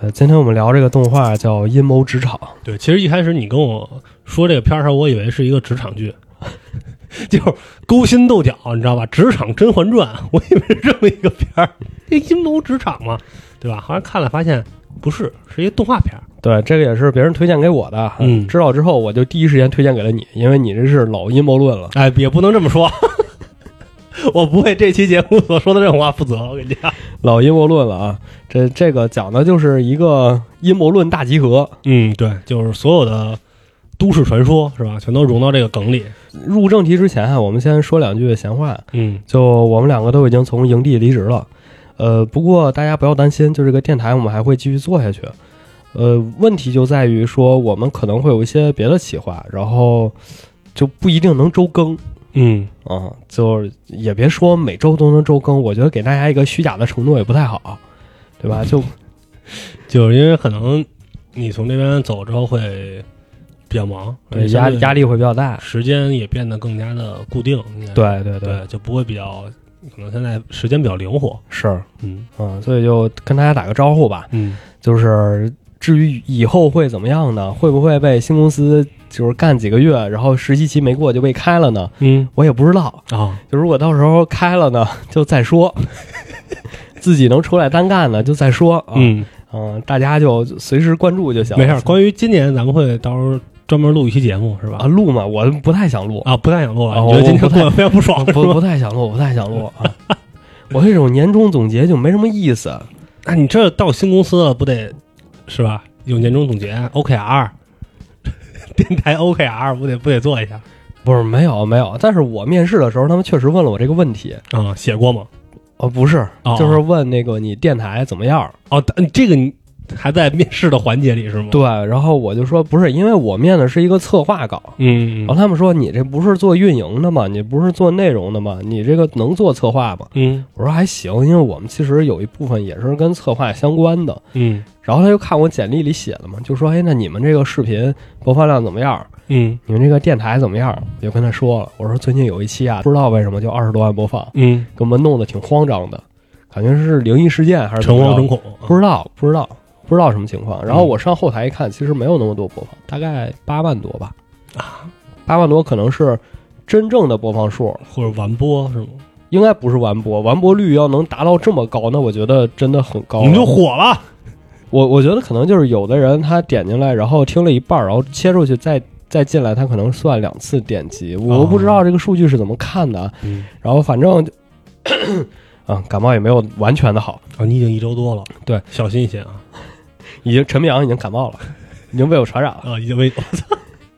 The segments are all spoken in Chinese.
呃，今天我们聊这个动画叫《阴谋职场》，对，其实一开始你跟我说这个片儿时候，我以为是一个职场剧， 就是勾心斗角，你知道吧？职场甄嬛传，我以为是这么一个片儿，这阴谋职场嘛，对吧？后来看了发现不是，是一动画片儿。对，这个也是别人推荐给我的，啊嗯知道之后我就第一时间推荐给了你，因为你这是老阴谋论了。哎，也不能这么说， 我不为这期节目所说的这种话负责。我跟你讲，老阴谋论了啊！这这个讲的就是一个阴谋论大集合。嗯，对，就是所有的都市传说是吧，全都融到这个梗里。入正题之前啊，我们先说两句闲话。嗯，就我们两个都已经从营地离职了，呃，不过大家不要担心，就这个电台我们还会继续做下去。呃，问题就在于说我们可能会有一些别的企划，然后就不一定能周更嗯，啊、就也别说每周都能周更，我觉得给大家一个虚假的承诺也不太好，对吧？就就是因为可能你从这边走之后会比较忙，对压压力，力会比较大。时间也变得更加的固定。应该对对对，对，就不会比较，可能现在时间比较灵活。是啊、嗯所以就跟大家打个招呼吧。嗯，就是至于以后会怎么样呢？会不会被新公司就是干几个月，然后实习期没过就被开了呢？嗯我也不知道。啊，就如果到时候开了呢， 就再说。自己能出来单干呢，就再说啊。嗯，嗯大家就随时关注就行。没事儿。关于今年，咱们会到时候专门录一期节目，是吧？啊，录嘛，我不太想录，啊，不太想录了，啊你觉得今我天不太过得非常不爽，是哦不 吧？不太想录，不太想录啊。 我这种年终总结就没什么意思。那哎你这到新公司了，不得是吧？有年终总结，OKR，电台 OKR，不得不得做一下不是没有没有，但是我面试的时候，他们确实问了我这个问题。啊？写过吗？哦，不是，哦就是问那个你电台怎么样？哦，但这个你还在面试的环节里是吗？，对，然后我就说不是，因为我面的是一个策划稿，嗯然后他们说你这不是做运营的吗？你不是做内容的吗？你这个能做策划吗？嗯我说还行，因为我们其实有一部分也是跟策划相关的。嗯然后他就看我简历里写的嘛，就说哎，那你们这个视频播放量怎么样？嗯你们这个电台怎么样？我就跟他说了，我说最近有一期啊，不知道为什么就二十多万播放，嗯，给我们弄得挺慌张的，感觉是灵异事件还是怎诚么惶着诚恐，不知道，不知道，不知道什么情况。然嗯后我上后台一看，其实没有那么多播放，大概八万多吧。啊，八万多可能是真正的播放数，或者完播是吗？应该不是完播。完播率要能达到这么高，那我觉得真的很高了。你就火了，我我觉得可能就是有的人他点进来，然后听了一半儿，然后切出去再。再进来，他可能算两次点击，我哦不知道这个数据是怎么看的。啊。嗯，然后反正，啊，感冒也没有完全的好，啊，你已经一周多了，对，小心一些啊，已经陈明阳已经感冒了，已经被我传染了。啊，已经被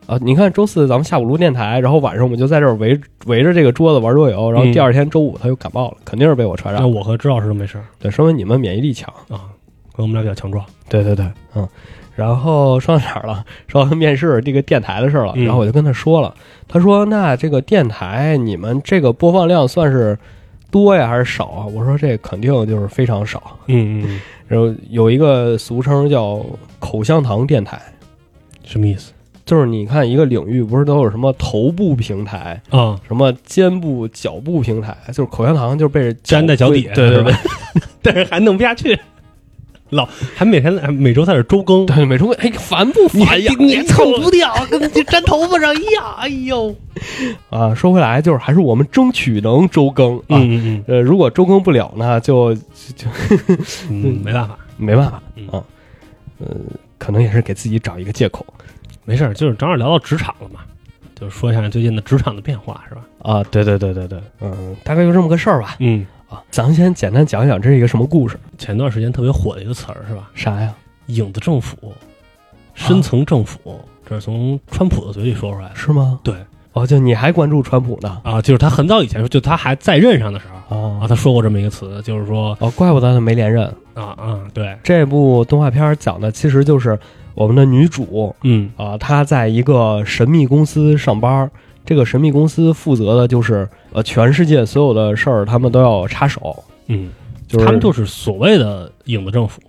啊，你看周四咱们下午录电台，然后晚上我们就在这儿围围着这个桌子玩桌游，然后第二天周五他又感冒了，肯定是被我传染那。我和支老师都没事儿对，说明你们免疫力强。啊，可能我们俩比较强壮，对对对，嗯。然后说到哪儿了？ 说到面试这个电台的事儿了。嗯然后我就跟他说了，他说：“那这个电台你们这个播放量算是多呀还是少啊？”我说：“这肯定就是非常少。嗯嗯，”然后有一个俗称叫“口香糖电台什么意思”，就是你看一个领域不是都有什么头部平台，啊？什么肩部、脚部平台，就是口香糖，就是被人粘在脚底下对对是吧对但是还弄不下去，老还每天每周在这周更，对，美中哎烦不烦呀？你蹭不掉，跟你粘头发上一样，哎呦，啊！说回来，就是还是我们争取能周更啊。嗯嗯呃，如果周更不了呢，就嗯，没办法，没办法嗯啊。呃，可能也是给自己找一个借口没事儿，就是正好聊到职场了嘛，就是说一下最近的职场的变化是吧？啊。对对对对对，嗯，大概就这么个事儿吧。嗯，啊，咱们先简单讲讲这是一个什么故事？前段时间特别火的一个词儿是吧？啥呀？影子政啊府、深层政府，这是从川普的嘴里说出来的。是吗？对哦，就你还关注川普呢？啊，就是他很早以前，就他还在任上的时候啊，啊他说过这么一个词，就是说哦，怪不得他没连任。啊啊，对，这部动画片儿讲的其实就是我们的女主嗯啊，她在一个神秘公司上班儿。这个神秘公司负责的就是呃，全世界所有的事儿，他们都要插手。嗯，就是他们就是所谓的影子政府，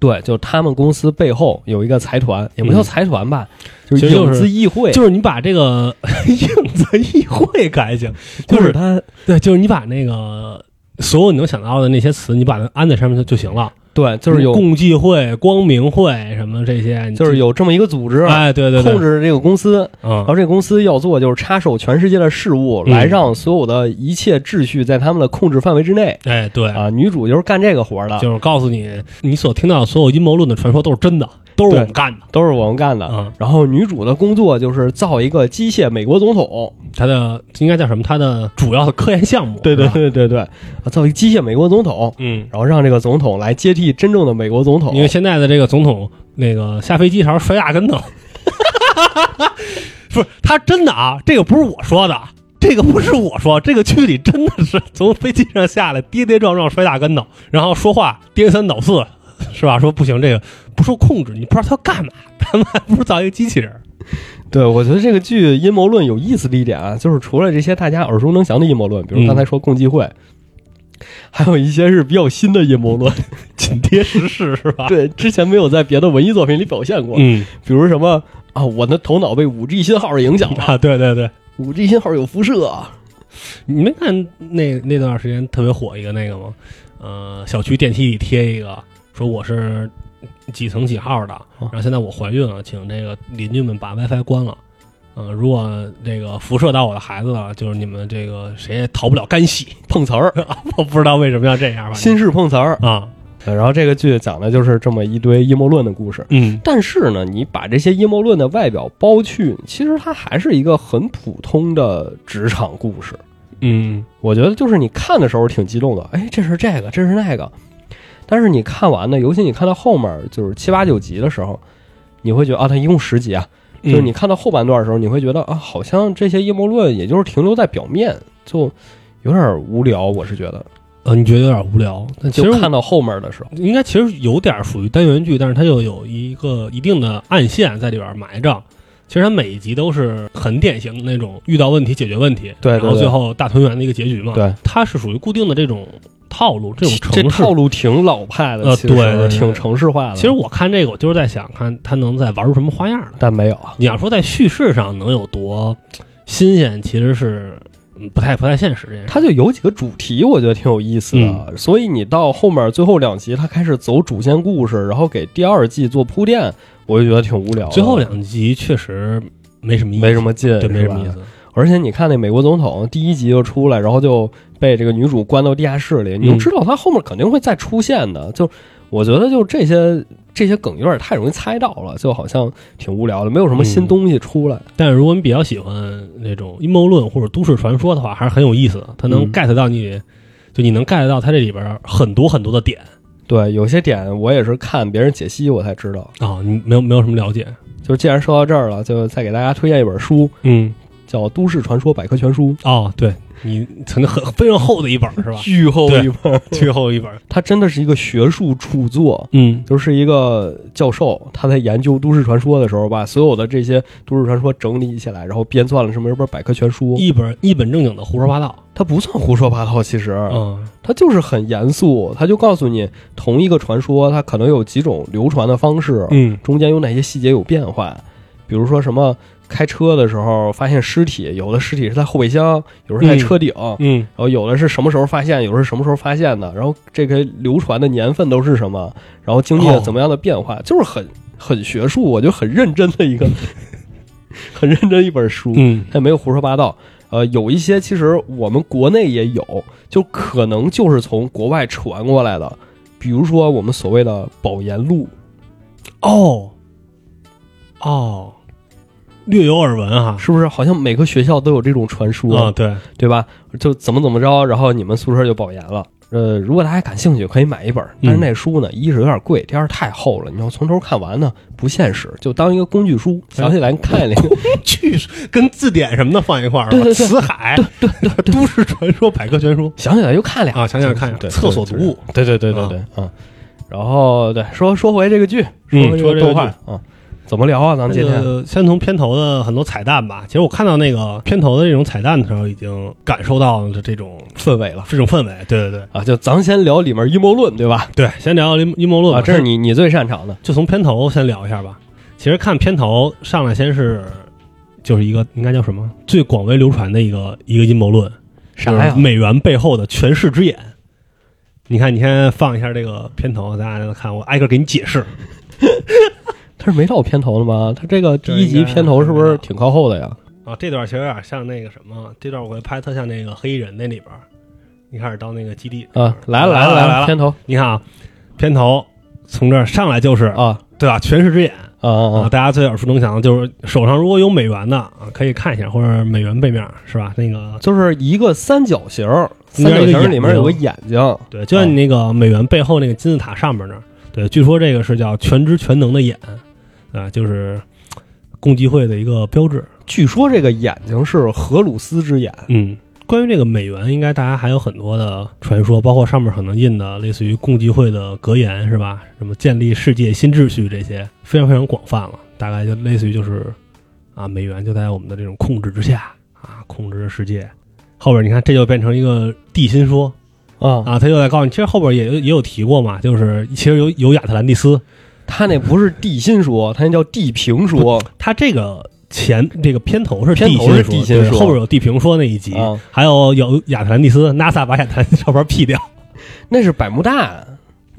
对，就是他们公司背后有一个财团，也不叫财团吧，就是嗯其实就是影子议会，就是你把这个 影子议会改一下，就就是是他对，就是你把那个所有你能想到的那些词，你把它安在上面就就行了。对，就是有共济会、光明会什么这些，你就是有这么一个组织，哎，对对对，控制着这个公司，啊然后，这个公司要做就是插手全世界的事务，嗯来让所有的一切秩序在他们的控制范围之内哎，对，啊。女主就是干这个活儿的，就是告诉你，你所听到的所有阴谋论的传说都是真的，都是我们干的都是我们干的。啊。然后女主的工作就是造一个机械美国总统，它的应该叫什么？它的主要的科研项目，是吧，对对对，啊造一个机械美国总统，嗯，然后让这个总统来接替真正的美国总统因。为现在的这个总统，那个下飞机时候摔大跟头， 不是他真的啊，这个不是我说的。这个不是我说，这个剧里真的是从飞机上下来，跌跌撞撞摔大跟头，然后说话颠三倒四，是吧？说不行，这个不受控制，你不知道他要干嘛，他们还不如造一个机器人儿。对，我觉得这个剧阴谋论有意思的一点啊，就是除了这些大家耳熟能详的阴谋论，比嗯如刚才说共济会，还有一些是比较新的阴谋 论，紧贴时事是吧？对，之前没有在别的文艺作品里表现过，嗯比如什么啊，我的头脑被五 G 信号影响了， 啊，对对对，五 G 信号有辐射啊，你没看那那段时间特别火一个那个吗？呃，小区电梯里贴一个，说我是几层几号的，哦然后现在我怀孕了，请这个邻居们把 WiFi 关了。嗯、如果这个辐射到我的孩子了，就是你们这个谁也逃不了干 系。碰瓷儿，我不知道为什么要这样吧？新式碰瓷儿。啊，呃然后这个剧讲的就是这么一堆阴谋论的故事。嗯，但是呢，你把这些阴谋论的外表剥去，其实它还是一个很普通的职场故事。嗯，我觉得就是你看的时候挺激动的，哎，这是这个，这是那个。但是你看完呢，尤其你看到后面就是七八九集的时候，你会觉得啊，它一共十集啊，嗯就是你看到后半段的时候，你会觉得啊，好像这些阴谋论也就是停留在表面，就有点无聊。我是觉得，呃，你觉得有点无聊，但其就实看到后面的时候，应该其实有点属于单元剧，但是它又有一个一定的暗线在里边埋着。其实它每一集都是很典型的那种遇到问题解决问题，对对对然后最后大团圆的一个结局嘛。对，它是属于固定的这种套路，嗯这种这程式套。路挺老派的，呃其对实对对挺城市化的。其实我看这个，我就是在想，看它能再玩出什么花样来。但没有啊，你要说在叙事上能有多新鲜，其实是嗯不太不太现实这件事。它就有几个主题，我觉得挺有意思的。嗯所以你到后面最后两集，它开始走主线故事，然后给第二季做铺垫，我就觉得挺无聊的。最后两集确实没什么意思，没什么劲，对，没什么意是吧。思。而且你看那美国总统第一集就出来，然后就被这个女主关到地下室里，嗯你就知道他后面肯定会再出现的。就我觉得，就这些这些梗有点太容易猜到了，就好像挺无聊的，没有什么嗯新东西出来。但是如果你比较喜欢那种阴谋论或者都市传说的话，还是很有意思的。它能嗯 get 到你，就你能 get 到它这里边很多很多的点对，有些点我也是看别人解析我才知道。啊、你没有没有什么了解。就是既然说到这儿了，就再给大家推荐一本书，嗯，叫《都市传说百科全书哦，对你曾经很非常厚的一本是》， 吧？巨厚一本，巨厚一本。 它真的是一个学术著作。嗯就是一个教授，他在研究都市传说的时候，把所有的这些都市传说整理起来，然后编撰了这么一本百科全书。一本一本正经的胡说八道。他不算胡说八道，其实嗯他就是很严肃，他就告诉你同一个传说，它可能有几种流传的方式，嗯中间有哪些细节有变化，比如说什么开车的时候发现尸体，有的尸体是在后备箱，有的是在车顶。嗯，然后有的是什么时候发现，有的是什么时候发现的，然后这个流传的年份都是什么，然后经历了哦怎么样的变化，就是很很学术，我觉得很认真的一个， 很认真一本书，嗯它也没有胡说八道。呃，有一些其实我们国内也有，就可能就是从国外传过来的，比如说我们所谓的保研录，哦哦，略有耳闻哈。是不是？好像每个学校都有这种传说，啊、对，对吧？就怎么怎么着，然后你们宿舍就保研了。呃，如果大家感兴趣，可以买一本儿。但是嗯那书呢，一是有点贵，第二太厚了，你要从头看完呢不现实，就当一个工具书。哎想起来看那个， 去跟字典什么的放一块儿，对对对辞海，对对对， 都市传说百科全书。想起来就看俩啊想起来看俩对厕所啊读物，对对对对对，嗯。然后对，说说回这个剧，说回嗯说个这个动画剧啊，怎么聊啊？咱们今天呃，先从片头的很多彩蛋吧。其实我看到那个片头的这种彩蛋的时候，已经感受到了这种氛围了这种氛围。对对对啊，就咱们先聊里面阴谋论，对吧？对，先聊阴阴谋论吧啊，这是你你最擅长的，就从片头先聊一下吧。其实看片头上来先是就是一个应该叫什么最广为流传的一个一个阴谋论，啥呀就是美元背后的权势之眼。你看，你先放一下这个片头，咱俩看，我挨个给你解释。他是没到片头的吗？他这个第一集片头是不是挺靠后的呀？啊，这段其实有点像那个什么，这段我会拍特像那个黑衣人那里边儿，一开始到那个基地啊，来了来来了了来了片头你看啊，片头从这儿上来就是，啊对吧？全是之眼啊啊，啊大家最耳熟能详的就是手上如果有美元的啊，可以看一下，或者美元背面是吧？那个就是一个三角形儿，里三面有角一个形儿眼里面有个睛眼睛啊对，就像你那个美元背后那个金字塔上面那儿，对，据说这个是叫全知全能的眼啊，就是共济会的一个标志。据说这个眼睛是荷鲁斯之眼，嗯，关于这个美元，应该大家还有很多的传说，包括上面可能印的类似于共济会的格言是吧？什么建立世界新秩序这些，非常非常广泛了。大概就类似于就是啊，美元就在我们的这种控制之下啊，控制着世界。后边你看，这就变成一个地心说啊，啊，他又在告诉你，其实后边也有也有提过嘛，就是其实有有亚特兰蒂斯，他那不是地心说，他那叫地平说他这个前这个片头是片头是地心对说后边有地平说那一集，啊，还有有亚特兰蒂斯，NASA 把亚特兰蒂斯照片 P 掉。那是百慕大。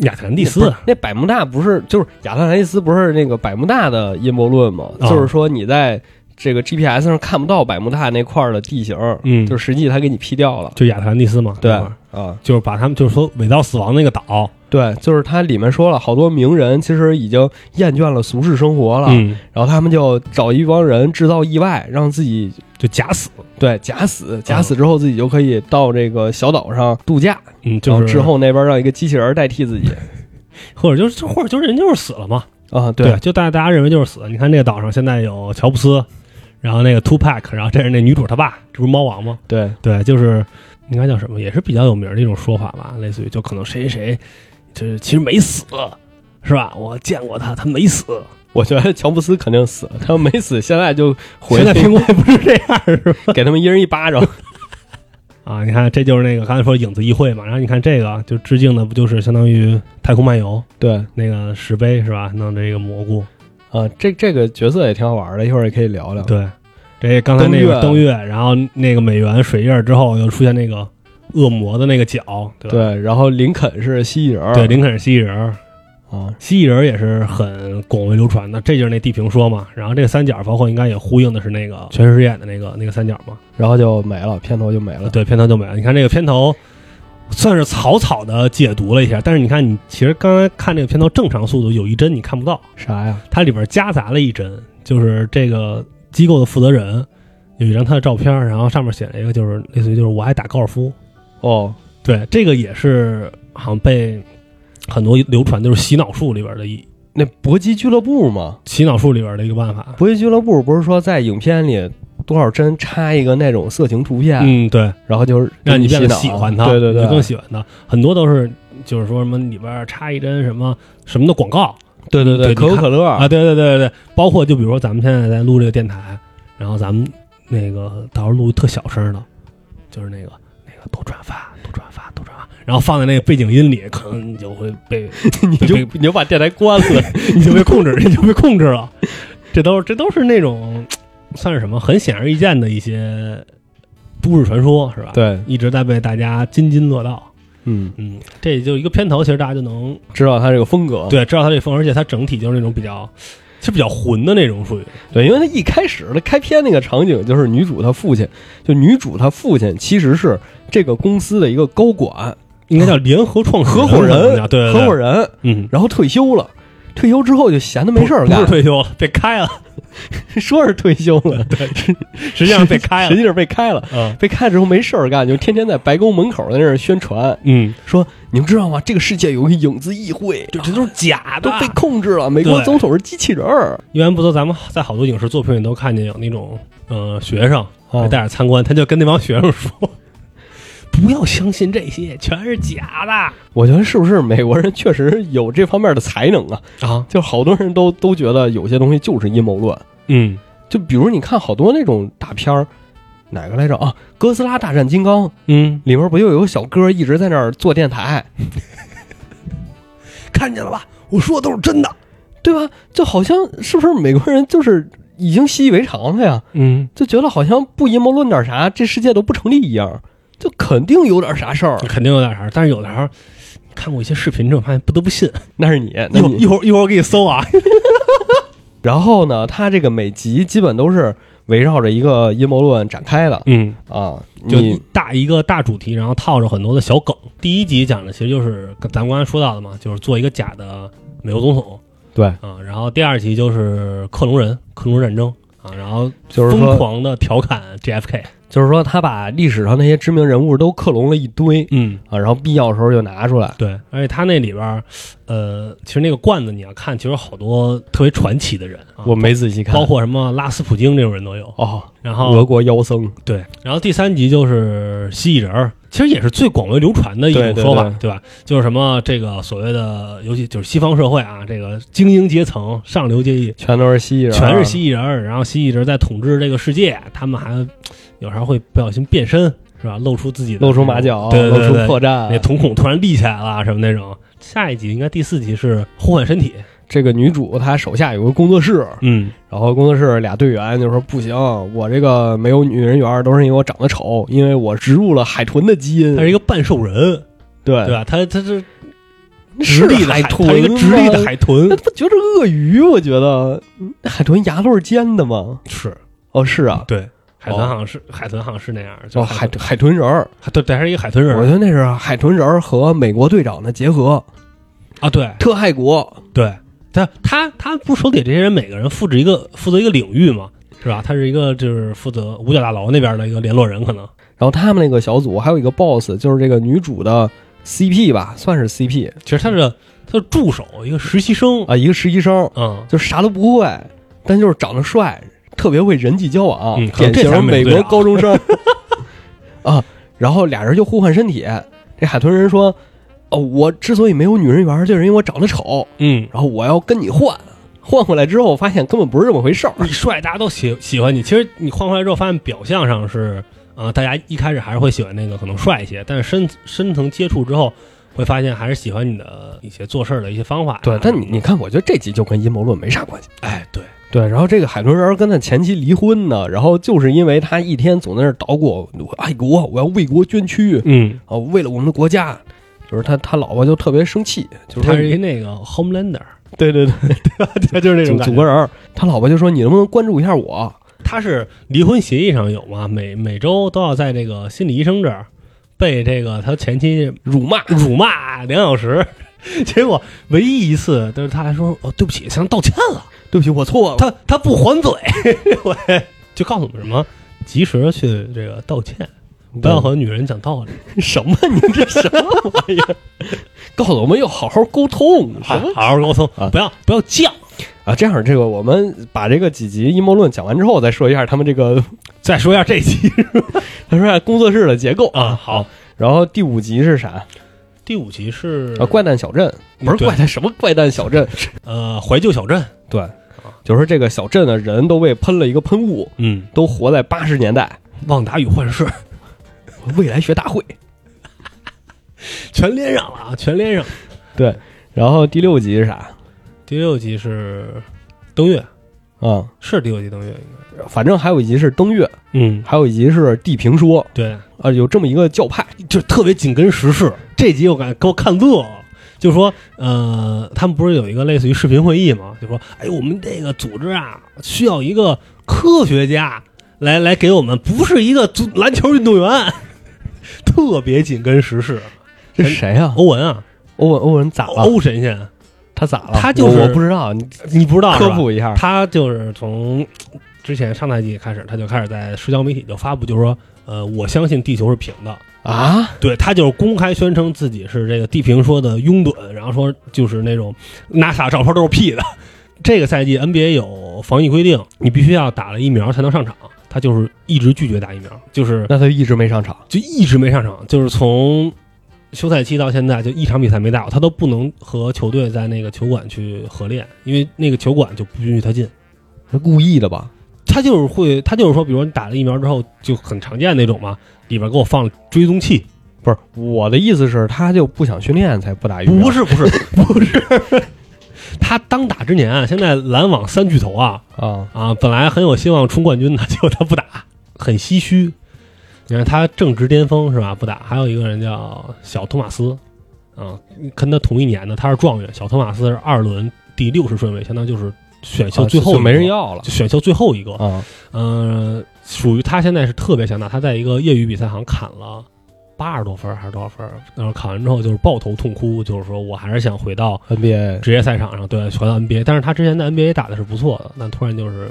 亚特兰蒂不斯是，那百慕大不是就是亚特兰蒂斯不是那个百慕大的阴谋论吗？啊就是说你在这个 GPS 上看不到百慕大那块儿的地形，嗯就是实际它给你 P 掉了。就亚特兰蒂斯嘛，对那会儿啊，就是把他们就是说伪造死亡那个岛，对，就是它里面说了好多名人其实已经厌倦了俗世生活了，嗯，然后他们就找一帮人制造意外，让自己就假死，对假死，假死之后自己就可以到这个小岛上度假，嗯，然就后是之后那边让一个机器人代替自己或者就是或者就是人就是死了嘛，啊，对，，就大大家认为就是死。你看这个岛上现在有乔布斯，然后那个 Two Pack，然后这是那女主她爸，这不是猫王吗？对对，就是应该叫什么，也是比较有名的一种说法吧，类似于就可能谁谁谁，就是其实没死，是吧？我见过他，他没死。我觉得乔布斯肯定死了，他要没死，现在就回现在苹果也不是这样，是吧？给他们一人一巴 掌。啊，你看，这就是那个刚才说影子议会嘛，然后你看这个啊就致敬的不就是相当于《太空漫游对，啊、》那个石碑是吧？弄这个蘑菇，这这个角色也挺好玩的，一会儿也可以聊聊。对，这刚才那个登登月，然后那个美元水印之后又出现那个恶魔的那个脚，对吧？对然后林肯是蜥蜴人儿，对林肯是蜥蜴人儿，啊，蜥蜴人儿也是很广为流传的，这就是那地平说嘛。然后这个三角，包括应该也呼应的是那个全世界的那个那个三角嘛。然后就没了，片头就没了。对，片头就没了。你看这个片头，算是草草的解读了一下，但是你看，你其实刚才看这个片头正常速度有一帧你看不到，啥呀？它里边夹杂了一帧，就是这个机构的负责人有一张他的照片，然后上面写了一个就是类似于就是我爱打高尔夫，哦，对，这个也是好像被很多流传就是洗脑术里边的一那搏击俱乐部嘛，洗脑术里边的一个办法。搏击俱乐部不是说在影片里多少帧插一个那种色情图片，嗯，对，然后就是让你给变得啊洗脑喜欢它，对对你就更对，喜欢它。很多都是就是说什么里边插一帧什么什么的广告，对对对你可口可乐啊，对对对对对，包括就比如说咱们现在在录这个电台，然后咱们那个到时候录特小声的，就是那个那个多转发，多转发，多转发，然后放在那个背景音里，可能你就会被你就对你就把电台关了。你就被控制，你就被控制了。这都这都是那种算是什么很显而易见的一些都市传说，是吧？， 对，一直在被大家津津乐道。嗯，嗯，这就一个片头，其实大家就能知道他这个风格。对知道它这风，而且它整体就是那种比较，其实比较混的那种，属于对，因为他一开始的开篇那个场景就是女主她父亲，就女主她父亲其实是这个公司的一个高 管应该叫联合创始合伙人人好像叫，对对对合伙人，嗯，然后退休了。退休之后就闲的没事儿不是干，退休了，被开了，说是退休了， 实际上被开实了，际是被开了。嗯被开了之后没事儿干，就天天在白宫门口在那儿宣传，嗯，说你们知道吗？这个世界有一个影子议会，这这都是假的都。被控制了。美国对总统是机器人儿，一般不都咱们在好多影视作品里都看见有那种呃学生啊带着参观，他就跟那帮学生说。 不要相信这些，全是假我觉得是不是美国人确实有这方面的才能啊？的啊！就好多人都都觉得有些东西就是阴谋论，嗯，就比如你看好多那种大片儿，哪个来着啊？哥斯拉大战金刚嗯，里面不就有个小哥一直在那儿做电台，看见了吧？我说的都是真的。对吧？就好像是不是美国人就是已经习以为常了呀？嗯，就觉得好像不阴谋论点啥，这世界都不成立一样。就肯定有点啥事儿。肯定有点啥，但是有的时候你看过一些视频之后，发现不得不信。那是你，一那会儿你。一会儿一会儿我给你搜啊，然后呢，他这个每集基本都是围绕着一个阴谋论展开的 嗯，啊。就你大一个大主题，然后套着很多的小梗。第一集讲的其实就是跟咱们刚才说到的嘛，就是做一个假的美国总统对，啊。然后第二集就是克隆人、克隆战争啊，然后就是疯说，狂的调侃 JFK。就是说，他把历史上那些知名人物都克隆了一堆嗯，啊，然后必要的时候就拿出来。对，而且他那里边儿，呃，其实那个罐子你要看，其实有好多特别传奇的人啊，我没仔细看，包括什么拉斯普京这种人都有。哦，然后俄国妖僧，对，然后第三集就是蜥蜴人儿，其实也是最广为流传的一对种对说法，对吧？就是什么这个所谓的，尤其就是西方社会啊，这个精英阶层、上流阶级全都是蜥蜴人，全是蜥蜴人儿，然后蜥蜴人在统治这个世界，他们还有时候会不小心变身，是吧？露出自己的露出那种马脚，对对对露出对，破绽那。瞳孔突然立起来了什么那种。下一集应该第四集是互换身体，这个女主她手下有个工作室，嗯，然后工作室俩队员就说不行，我这个没有女人缘，都是因为我长得丑，因为我植入了海豚的基因。他是一个半兽人，对对吧？他他是是直立的海豚，他是一个直立的海，海豚那，不就是鳄鱼？我觉得嗯海豚牙都是尖的吗？是哦，是啊，对，海哦豚好像是、海豚好像是那样，就哦，是海海海豚人儿，豚对对，还是一个海豚人我儿觉得那是海豚人儿和美国队长的结合，啊，对特爱国。对，他他他不是说给这些人每个人负责一个负责一个领域嘛，是吧？他是一个就是负责五角大楼那边的一个联络人，可能然后他们那个小组还有一个 boss，就是这个女主的 CP 吧，算是 CP 其实他是他的助手，一个实习生，啊，一个实习生，嗯，就啥都不会，但就是长得帅，特别会人际交往，嗯可能典这型才是美美国国队高中 生啊。然后俩人就互换身体，这海豚人说：“哦，我之所以没有女人缘，就是因为我长得丑，嗯。然后我要跟你换。”换回来之后，发现根本不是这么回 事儿。你帅，大家都喜喜欢你。其实你换回来之后，发现表象上是，呃，大家一开始还是会喜欢那个可能帅一些，但是深深层接触之后，会发现还是喜欢你的一些做事儿的一些方法呀。啊对，啊但你你看，我觉得这集就跟阴谋论没啥关系。哎，对，对，然后这个海豚人跟他前妻离婚呢，然后就是因为他一天总在那儿捣鼓，我爱国，我要为国捐躯，嗯，哦，为了我们的国家，就是他他老婆就特别生气，就是说他是一那个 Homelander，对 对对，他就是那祖祖国人儿，他老婆就说你能不能关注一下我？他是离婚协议上有嘛，每每周都要在这个心理医生这儿被这个他前妻辱骂，辱骂两小时， 结果唯一一次，就是他还说哦对不起，向道歉了，对不起，我错了。他他不还嘴，我就告诉我们什么。及时去这个道歉，不要和女人讲道理。什么？你这什么玩意儿？ 告诉我们要好好沟通，什好么好沟通啊，不要不要犟，啊？这样，这个我们把这个几集阴谋论讲完之后，再说一下他们这个，再说一下这集再说一下工作室的结构 啊。好，，然后第五集是啥？啊，第五集是怪诞小镇不是嗯对怪诞什么怪诞小 镇？呃怀旧小镇。对，就是这个小镇的人都被喷了一个喷雾，嗯，都活在八十年代旺达与幻视未来学大会。全连上了啊，全连上。对，然后第六集是啥？第六集是登月，啊、是第六集登月应该。反正还有一集是登月，嗯，还有一集是地平说，对，啊，有这么一个教派，就特别紧跟时事。这集我感觉给我看乐了。就说，呃，他们不是有一个类似于视频会议吗？就说，哎，我们这个组织啊，需要一个科学家来来给我们，不是一个足篮球运动员， 特别紧跟时事。这谁呀、欧文啊，欧文，欧文咋了？欧神仙，他咋了？他就是我我不知道，你你不知道是吧科普一下。他就是从之前上赛季开始，他就开始在社交媒体就发布，就是说，呃，我相信地球是平的。啊，对他就是公开宣称自己是这个地平说的拥趸，然后说就是那种 NASA 照片都是 P 的。 这个赛季 NBA 有防疫规定，你必须要打了疫苗才能上场，他就是一直拒绝打疫苗，就是那他就一直没上场。就一直没上场，就是从休赛期到现在就一场比赛没打过，他都不能和球队在那个球馆去合练，因为那个球馆就不允许他进。他故意的吧？他就是会，他就是说，比如说你打了疫苗之后，就很常见那种嘛，里边给我放了追踪器，不是，我的意思是，他就不想训练，才不打啊疫苗。不是不是不是， 他当打之年啊，现在篮网三巨头啊啊，啊，本来很有希望冲冠军的，结果他不打，很唏嘘。你看他正值巅峰是吧？不打，还有一个人叫小托马斯，啊、跟他同一年的，他是状元，小托马斯是二轮第六十顺位，相当于就是选秀最啊后一就个没人，要了就选秀最后一个。啊，嗯、属于他现在是特别强大，他在一个业余比赛好像砍了八十多分儿还是多少分儿，然后砍完之后就是抱头痛哭，就是说我还是想回到 NBA 职业赛场上，对，回到 NBA。但是他之前在 NBA 打的是不错的，但突然就是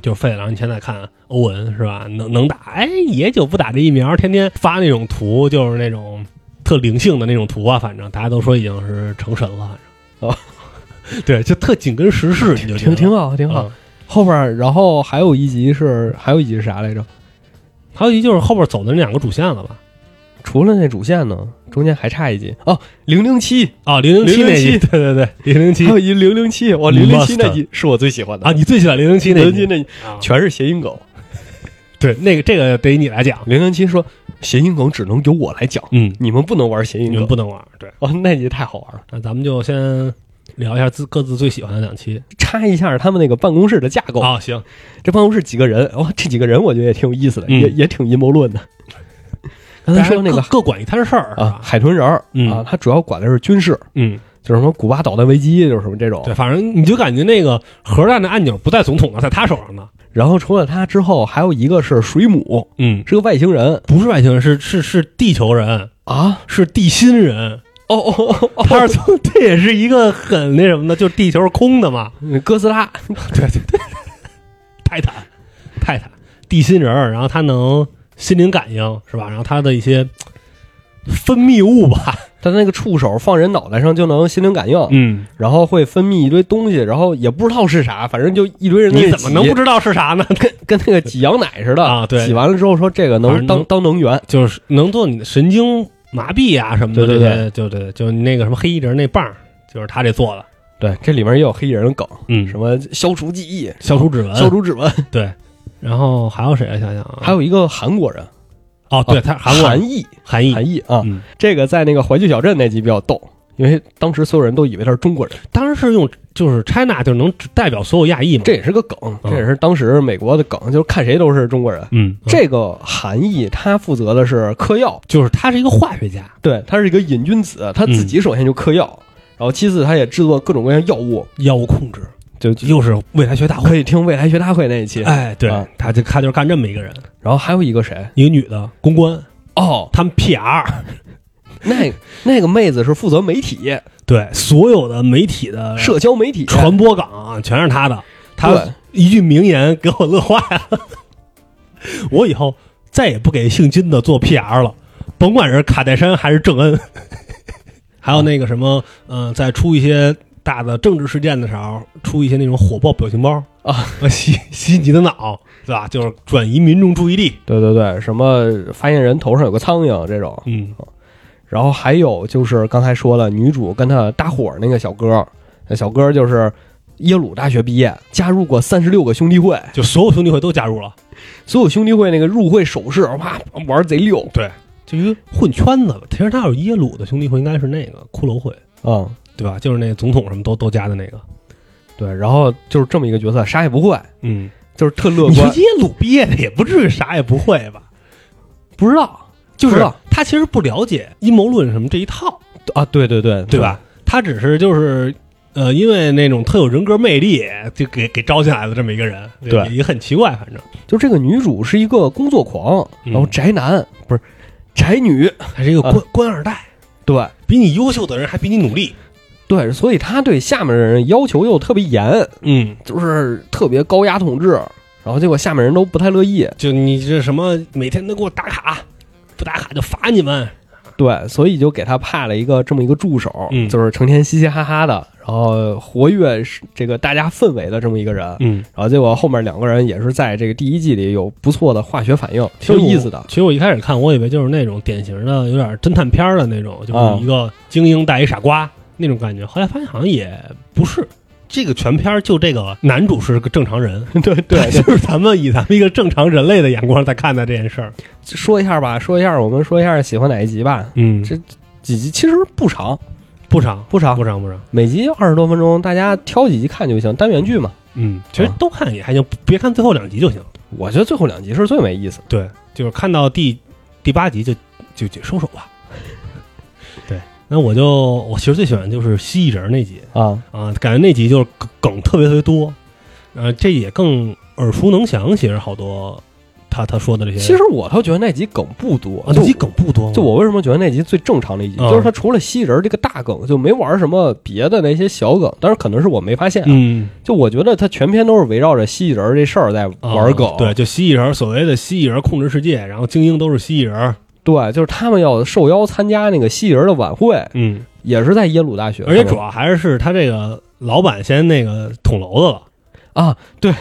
就是废了。然后你现在看欧文是吧，能能打，哎，也就不打这疫苗，天天发那种图，就是那种特灵性的那种图啊，反正大家都说已经是成神了，反 正。哦对，就特紧跟时事，你就觉挺得挺好，挺好。嗯后边儿然后还有一集是还有一集是啥来着？还有一就是后边走的那两个主线了吧？除了那主线呢，中间还差一集哦，零零七，啊，零零七那集， 007对对对，零零七还有一零零七，哇，零零七 Must 那集是我最喜欢的啊，，你最喜欢零零七那零零集七？那集啊全是谐音梗。对，那个这个得你来讲，零零七说谐音梗只能由我来讲，嗯，你们不能玩谐音你们梗。不能玩，对。哦，那集太好玩了，那咱们就先聊一下自各自最喜欢的两期。插一下他们那个办公室的架构。啊，行，这办公室几个人，哇、这几个人我觉得也挺有意思的，嗯也也挺阴谋论 的。刚才说那大个家各各管一摊事儿是啊，吧？海豚人儿、嗯啊，他主要管的是军事，嗯，就是什么古巴导弹危机，就是什么这种。对，反正你就感觉那个核弹的按钮不在总统那儿，在他手上呢。然后除了他之后，还有一个是水母，嗯，是个外星人不是外星人，是是是地球人，啊。 是地心人。哦哦哦他是从 这也是一个很那什么的，就是地球是空的嘛。哦，哥斯拉对对对，泰坦，泰坦，地心人儿，然后他能心灵感应是吧？然后他的一些分泌物吧，他那个触手放人脑袋上就能心灵感应，嗯，然后会分泌一堆东西，然后也不知道是啥，反正就一堆人在那你挤怎么能不知道是啥呢？跟跟那个挤羊奶似的啊对挤完了之后说这个反能正当能当能源，就是能做你的神经麻痹啊什么的，对对对对对，就那个什么黑衣人那棒儿，就是他这做的，对，这里面也有黑衣人的梗，嗯什么消除记忆、消除指纹，消除指纹，对，然后还有谁啊？想想啊，还有一个韩国人，哦，对他韩国韩裔，韩裔，韩裔啊，嗯，这个在那个怀旧小镇那集比较逗，因为当时所有人都以为他是中国人，当然是用就是 China 就能代表所有亚裔嘛，这也是个梗，这也是当时美国的梗，就是看谁都是中国人。嗯，嗯这个韩裔他负责的是嗑药，就是他是一个化学家，对他是一个瘾君子，他自己首先就嗑药，然后其次他也制作各种各样药物，药物控制，就又是未来学大会，可以听未来学大会那一 期。哎，对啊，他就他就是干这么一个人，然后还有一个谁？一个女的公关，哦，他们 PR，那那个妹子是负责媒体、对所有的媒体的社交媒体传播岗啊全是他的。他对一句名言给我乐坏了， 我以后再也不给姓金的做 PR 了，甭管是卡戴珊还是郑恩， 还有那个什么，嗯、在出一些大的政治事件的时候，出一些那种火爆表情包啊，洗洗你的脑，对吧？就是转移民众注意力。对对对，什么发现人头上有个苍蝇这种，嗯，然后还有就是刚才说了，女主跟她搭伙儿那个小哥，那小哥就是耶鲁大学毕业，加入过三十六个兄弟会，就所有兄弟会都加入了，所有兄弟会那个入会手势，哇，玩儿贼溜就一个混圈子吧。其实他有耶鲁的兄弟会，应该是那个骷髅会，啊、嗯，对吧？就是那个总统什么都都加的那个。对，然后就是这么一个角色，啥也不会，嗯，就是特乐你说观，耶鲁毕业的也不至于啥也不会吧？不知道就不知是道他其实不了解阴谋论什么这一套，啊，对对对，对吧？他只是就是呃，因为那种特有人格魅力，就给给招进来的这么一个人，对也也很奇怪，反正对？就这个女主是一个工作狂，嗯然后宅男、不是宅女，他是一个官、官二代，对比你优秀的人还比你努力，对，所以她对下面的人要求又特别严，嗯，就是特别高压统治，然后结果下面人都不太乐意，就你这什么每天都给我打卡，不打卡就罚你们，对，所以就给他派了一个这么一个助手，嗯就是成天嘻嘻哈哈的，然后活跃是这个大家氛围的这么一个人。嗯，然后结果后面两个人也是在这个第一季里有不错的化学反应，挺有意思的。其实我一开始看，我以为就是那种典型的有点侦探片儿的那种，啊就是一个精英带一傻瓜那种感觉。后来发现好像也不是。这个全片儿就这个男主是个正常人， 对 就是咱们以咱们一个正常人类的眼光在看待这件事儿。说一下吧，说一下，我们说一下喜欢哪一集吧。嗯这几集其实不长，不长，不长不，长，不长。每集就二十多分钟，大家挑几集看就行，单元剧嘛。啊嗯，其实都看也还行，别看最后两集就行。我觉得最后两集是最没意思的。对，就是看到第第八集就就就收手 吧。对，那我就我其实最喜欢就是蜥蜴人那集啊，啊，感觉那集就是梗梗特别特别多，呃，这也更耳熟能详。其实好多他他说的这些，其实我倒觉得那集梗不多，啊，就那集梗不多吗，就我为什么觉得那集最正常的一集，嗯就是他除了吸人这个大梗，就没玩什么别的那些小梗。但是可能是我没发现啊，嗯就我觉得他全篇都是围绕着蜥蜴人这事儿在啊玩梗。对，就蜥蜴人所谓的蜥蜴人控制世界，然后精英都是蜥蜴人，对，就是他们要受邀参加那个蜥蜴人的晚会，嗯，也是在耶鲁大学。而且主要还是他这个老板先那个捅娄子了。啊，对，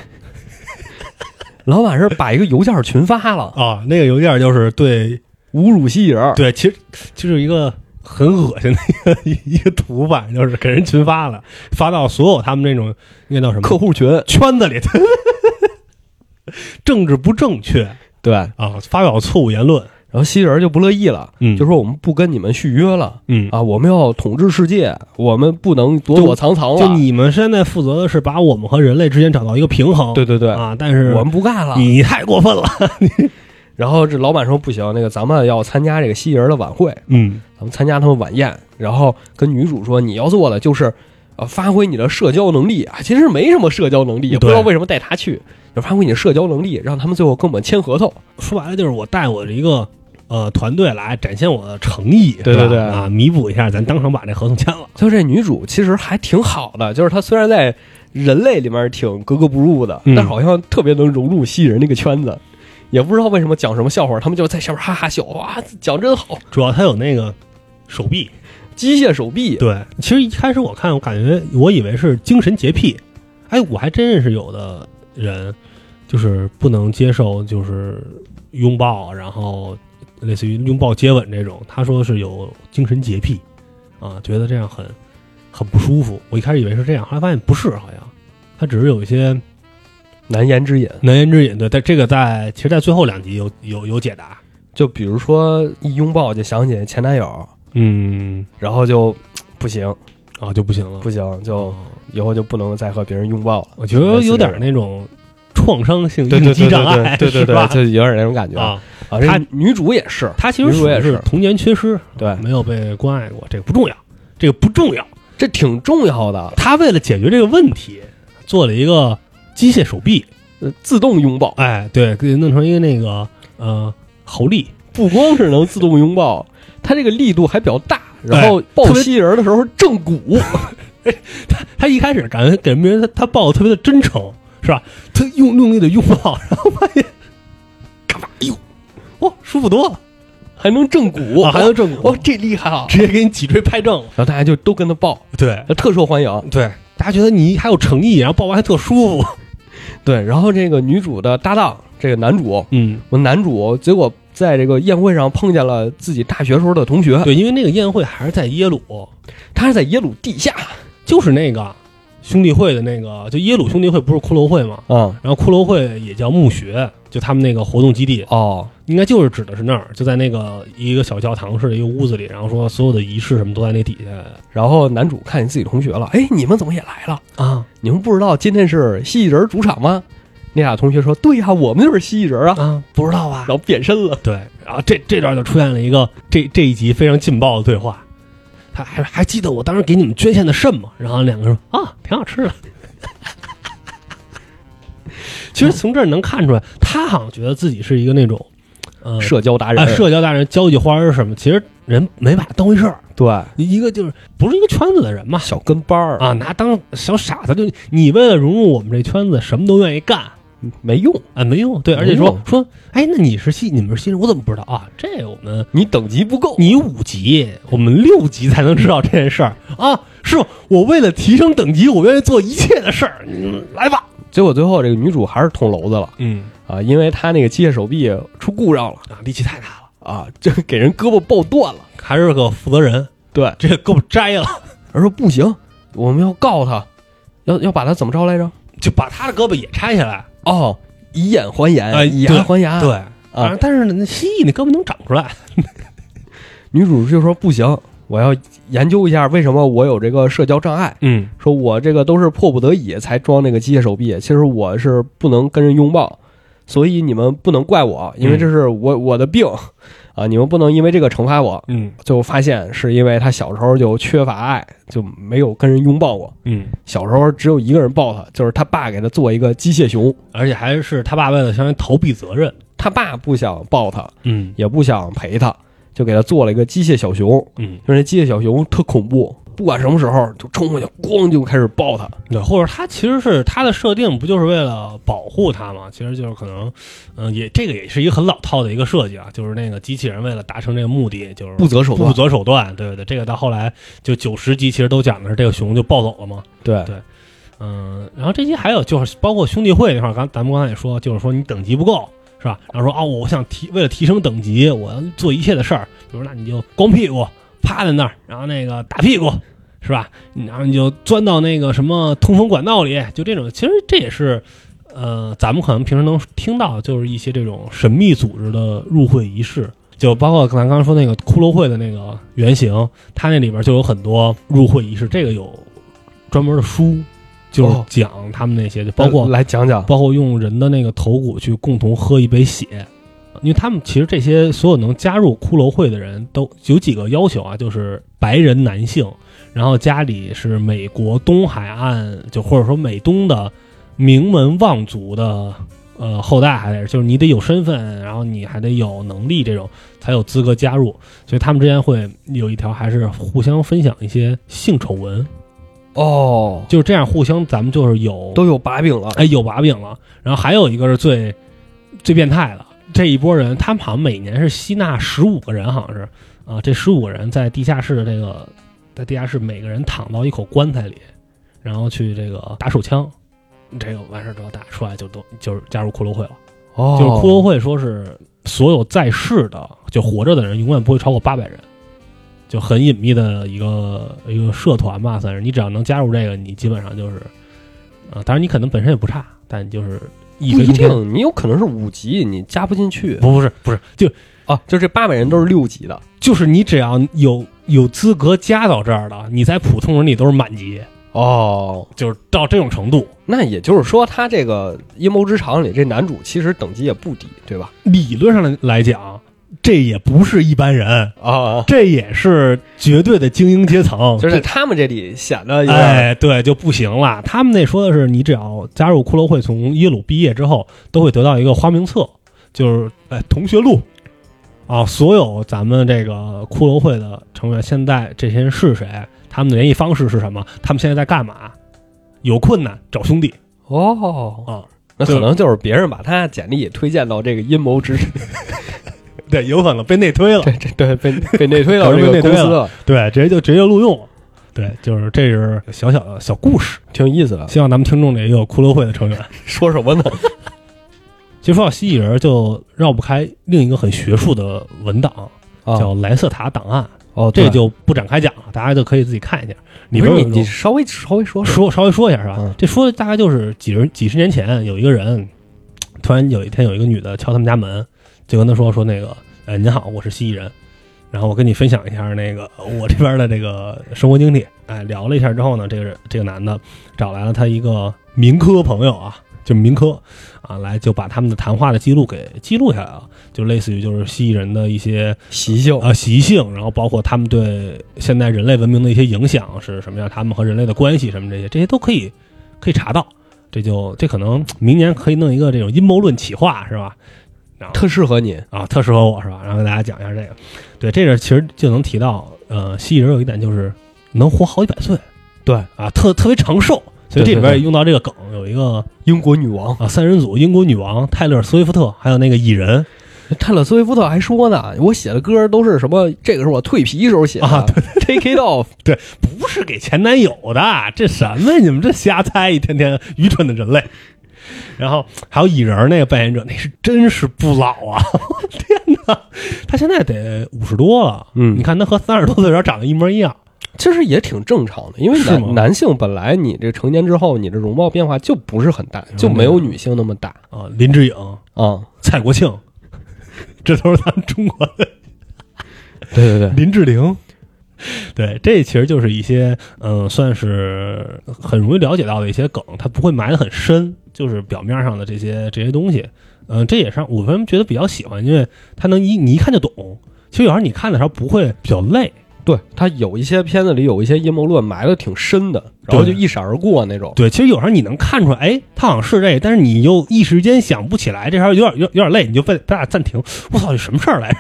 老板是把一个邮件群发了，啊，那个邮件就是对侮辱蜥蜴人。对，其实就是一个很恶心的一个 一个图版，就是给人群发了，发到所有他们那种那叫什么客户群，圈子里， 政治不正确对，然啊，发表错误言论，后蜥蜴人就不乐意了，嗯就说我们不跟你们续约了嗯，啊，我们要统治世界，我们不能躲躲藏藏了。就你们现在负责的是把我们和人类之间找到一个平衡，对对对，啊，嗯但是我们不干了。你太过分了，然后这老板说不行，那个咱们要参加这个蜥蜴人的晚会，嗯咱们参加他们晚宴，然后跟女主说你要做的就是，呃，发挥你的社交能力啊，其实没什么社交能力，也不知道为什么带她去，就发挥你的社交能力，让他们最后跟我们签合同。说白了就是我带我的一个呃团队来展现我的诚意，对对是吧对啊，弥补一下咱当场把这合同签了。就这女主其实还挺好的，就是她虽然在人类里面挺格格不入的，嗯但好像特别能融入蜥蜴人那个圈子。也不知道为什么讲什么笑话，他们就在下边哈哈笑，哇，讲真好，主要他有那个手臂。机械手臂，对，其实一开始我看，我感觉我以为是精神洁癖，哎，我还真认识有的人就是不能接受就是拥抱，然后类似于拥抱、接吻这种，他说是有精神洁癖啊，觉得这样很很不舒服。我一开始以为是这样，后来发现不是，好像他只是有一些难言之隐。难言之隐。对，但这个在其实，在最后两集有有有解答。就比如说一拥抱就想起前男友，嗯，然后就不行啊，就不行了。不行，就哦以后就不能再和别人拥抱了。我觉得有点那种创伤性对对应对激对障碍，对对对是吧对，就有点那种感觉。啊，啊，这她女主也是，他其实女主属于也是是，童年缺失，对，没有被关爱过，这个不重要，这个不重要。这挺重要的，他为了解决这个问题，做了一个机械手臂，呃自动拥抱哎，对，给弄成一个那个呃猴力，不光是能自动拥抱，它这个力度还比较大，然后抱特别蜥蜴人的时候是正骨，他一开始感觉给别人他他抱的特别的真诚，是吧？他用用力的拥抱，然后发现，嘎巴，哎呦，哇，舒服多了，还能正骨，啊还能正骨哇，这厉害啊！直接给你脊椎拍正了，然后大家就都跟他抱，对。特受欢迎。对，大家觉得你还有诚意，然后抱完还特舒服。对，然后这个女主的搭档，这个男主， 嗯，我男主结果在这个宴会上碰见了自己大学时候的同学，对，因为那个宴会还是在耶鲁，他是在耶鲁地下就是那个兄弟会的那个，就耶鲁兄弟会不是骷髅会吗？嗯，然后骷髅会也叫墓穴，就他们那个活动基地，哦，应该就是指的是那儿，就在那个一个小教堂式的一个屋子里，然后说所有的仪式什么都在那底下然后男主看见自己同学了，哎，你们怎么也来了？啊你们不知道今天是蜥蜴人主场吗？那俩同学说，对呀、我们就是蜥蜴人啊，啊，不知道啊然。后变身了。对，然后这这段就出现了一个这这一集非常劲爆的对话，他还还记得我当时给你们捐献的肾吗？然后两个人说啊，挺好吃的。 其实从这儿能看出来，他好像觉得自己是一个那种，呃，社交达人，啊社交达人、交际花儿什么，其实人没把他当回事儿，对一个就是不是一个圈子的人嘛，小跟班儿啊，拿当小傻子就你为了融入我们这圈子，什么都愿意干，没用，啊，没用。对，而没且说用说，哎，那你是新，你们是新人，我怎么不知道啊？这我们你等级不够。你五级，我们六级才能知道这件事儿啊！是我为了提升等级，我愿意做一切的事儿，嗯来吧。结果最后这个女主还是捅娄子了嗯啊，因为她那个机械手臂出故障了啊，力气太大了，啊，就给人胳膊爆断了。还是个负责人，对，这胳膊摘了，而说不行，我们要告他，要要把他怎么着来着？就把他的胳膊也拆下来。哦，以眼还眼，哎以对牙还牙。对，啊，但是呢那蜥蜴那胳膊能长出来，女主就说不行，我要研究一下为什么我有这个社交障碍。嗯说我这个都是迫不得已才装那个机械手臂，其实我是不能跟人拥抱，所以你们不能怪我，因为嗯这是我我的病啊，你们不能因为这个惩罚我。嗯最后发现是因为他小时候就缺乏爱，就没有跟人拥抱过。嗯，小时候只有一个人抱他，就是他爸给他做一个机械熊。而且还是他爸为了相当于逃避责任，他爸不想抱他，嗯也不想陪他，就给他做了一个机械小熊。嗯，就是那机械小熊特恐怖，不管什么时候就冲过去，咣就开始抱他。对，或者他其实是他的设定不就是为了保护他吗？其实就是可能，嗯、也这个也是一个很老套的一个设计啊，就是那个机器人为了达成这个目的，就是不择手段不择手段，对对对，这个到后来就九十集其实都讲的是这个熊就暴走了嘛，对对嗯，然后这期还有就是包括兄弟会那块儿，刚咱们刚才也说，就是说你等级不够是吧？然后说哦，我想提为了提升等级，我要做一切的事儿，比如那你就光屁股趴在那儿，然后那个打屁股是吧？然后你就钻到那个什么通风管道里，就这种，其实这也是。呃，咱们可能平时能听到，就是一些这种神秘组织的入会仪式，就包括咱刚刚说那个骷髅会的那个原型，它那里边就有很多入会仪式，这个有专门的书，就是哦讲他们那些，就包括来讲讲，包括用人的那个头骨去共同喝一杯血，因为他们其实这些所有能加入骷髅会的人都有几个要求啊，就是白人男性，然后家里是美国东海岸就或者说美东的名门望族的呃后代，还得就是你得有身份，然后你还得有能力这种才有资格加入，所以他们之间会有一条还是互相分享一些性丑闻，哦，就是这样互相咱们就是有都有把柄了。哎，有把柄了。然后还有一个是最最变态的，这一波人，他们好像每年是吸纳十五个人，好像是啊，这十五个人在地下室的这个，在地下室每个人躺到一口棺材里，然后去这个打手枪，这个完事儿之后打出来就都就是加入骷髅会了。哦，就是骷髅会说是所有在世的就活着的人永远不会超过八百人，就很隐秘的一个一个社团吧，算是你只要能加入这个，你基本上就是，啊，当然你可能本身也不差，但你就是一不飞一冲天。定，你有可能是五级，你加不进去不不是不是，就啊。就这八百人都是六级的，就是你只要有有资格加到这儿的，你在普通人里都是满级，哦，就是到这种程度。那也就是说，他这个阴谋之场里这男主其实等级也不低，对吧？理论上来讲，这也不是一般人，啊，这也是绝对的精英阶层，就是在他们这里显得有点、哎，对，就不行了。他们那说的是，你只要加入骷髅会，从耶鲁毕业之后，都会得到一个花名册，就是哎同学录啊，所有咱们这个骷髅会的成员，现在这些人是谁，他们的联系方式是什么，他们现在在干嘛，有困难找兄弟哦，啊，那对可能就是别人把他简历推荐到这个阴谋之对，有可能被内推了，这这 对被被内推到可能这被个内推公司了了， 对，直接就直接录用了。对，就是这是小小的小故事，挺有意思的。希望咱们听众里也有骷髅会的成员。说什么呢？其实说到蜥蜴人，就绕不开另一个很学术的文档，叫《莱瑟塔档案》，哦，这啊对就不展开讲了，大家就可以自己看一下。里不边是有你一种你稍微稍微说说稍微说一下是吧？嗯这说的大概就是几十几十年前，有一个人突然有一天有一个女的敲他们家门，就跟他说说那个，呃，您好，我是蜥蜴人，然后我跟你分享一下那个我这边的这个生活经历。哎，聊了一下之后呢，这个人这个男的找来了他一个民科朋友啊，就民科啊，来就把他们的谈话的记录给记录下来了，就类似于就是蜥蜴人的一些习性啊习性，然后包括他们对现代人类文明的一些影响是什么样，他们和人类的关系什么这些，这些都可以可以查到。这就这可能明年可以弄一个这种阴谋论企划是吧？然后特适合你。啊，特适合我是吧？然后给大家讲一下这个，对，这个其实就能提到，呃，蜥蜴人有一点就是能活好几百岁，对啊，特特别长寿，所以这里边对对对也用到这个梗，有一个英国女王啊，三人组英国女王泰勒·斯威夫特，还有那个蚁人， 泰勒·斯威夫特还说呢，我写的歌都是什么？这个是我蜕皮时候写的、啊 t a k e It Off。 不是给前男友的，这什么呀？你们这瞎猜，一天天愚蠢的人类。然后还有蚁人那个扮演者，那是真是不老啊！ 天哪，他现在得五十多了，嗯你看他和三十多岁的时候长得一模一样，其实也挺正常的，因为是吗男男性本来你这成年之后，你这容貌变化就不是很大，就没有女性那么大啊，林志颖、啊、蔡国庆，这都是咱们中国的对对对，林志玲。对，这其实就是一些嗯、呃算是很容易了解到的一些梗，它不会埋得很深，就是表面上的这些这些东西。嗯、这也是让我为什么觉得比较喜欢，因为它能一你一看就懂。其实有时候你看的时候不会比较累，对他有一些片子里有一些阴谋论埋的挺深的，然后就对一闪而过那种。对，其实有时候你能看出来，哎，他好像是这个，但是你又一时间想不起来，这时候有点有有点累，你就被咱俩暂停。我操，这什么事儿来着？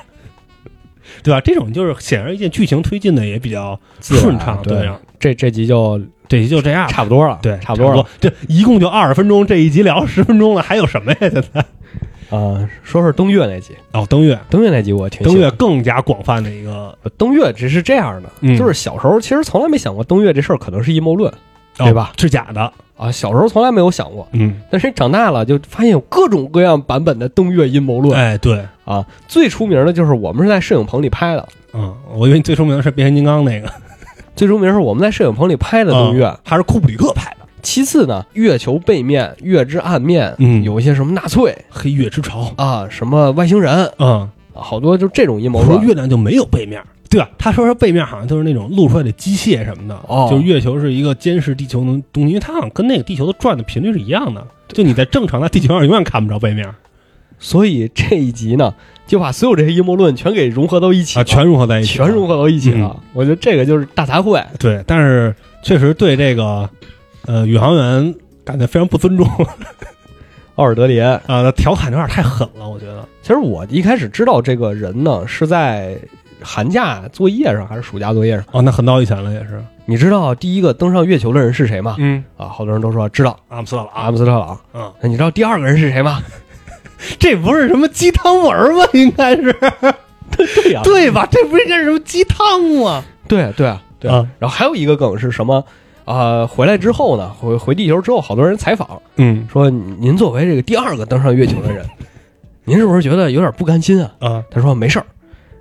对吧？这种就是显而易见，剧情推进的也比较自然顺畅。对呀，这这集就这就这样吧。差不多了，对，差啊差不多了。。这一共就二十分钟，这一集聊十分钟了，还有什 么呀？现在啊、说说登月那集，哦，登月，登月那集我挺喜登欢月更加广泛的一个，呃登月只是这样的，嗯就是小时候其实从来没想过登月这事儿可能是阴谋论对哦吧？是假的，啊，小时候从来没有想过，嗯，但是长大了就发现有各种各样版本的登月阴谋论哎，对，啊。最出名的就是我们是在摄影棚里拍的，嗯，我以为你最出名的是变形金刚那个最出名是我们在摄影棚里拍的登月。嗯还是库布里克拍的《其次呢，月球背面、月之暗面，嗯有一些什么纳粹黑月之潮》。啊，什么外星人，嗯，好多就这种阴谋我说论。月亮就没有背面，对吧？他说说背面好像就是那种露出来的机械什么的，哦就是月球是一个监视地球能东西，因为它好像跟那个地球的转的频率是一样的，就你在正常的地球上永远看不着背面啊，所以这一集呢，就把所有这些阴谋论全给融合到一起了，啊全融合在一起，嗯全融合到一起了。我觉得这个就是大杂烩。 对，但是确实对这个呃宇航员感觉非常不尊重 啊奥尔德里安，，那调侃有点太狠了，我觉得其实我一开始知道这个人呢，是在寒假作业上还是暑假作业上？哦，那很早以前了也是，你知道第一个登上月球的人是谁吗？嗯，啊，好多人都说知道阿姆斯特朗，阿姆斯特朗。嗯，那你知道第二个人是谁吗？ 这不是什么鸡汤文儿吗？应该是对呀、 对吧？这不应该是什么鸡汤吗？对对啊对啊然后还有一个梗是什么？啊、回来之后呢，回回地球之后，好多人采访嗯说，您作为这个第二个登上月球的人，您是不是觉得有点不甘心啊？啊。他说没事儿，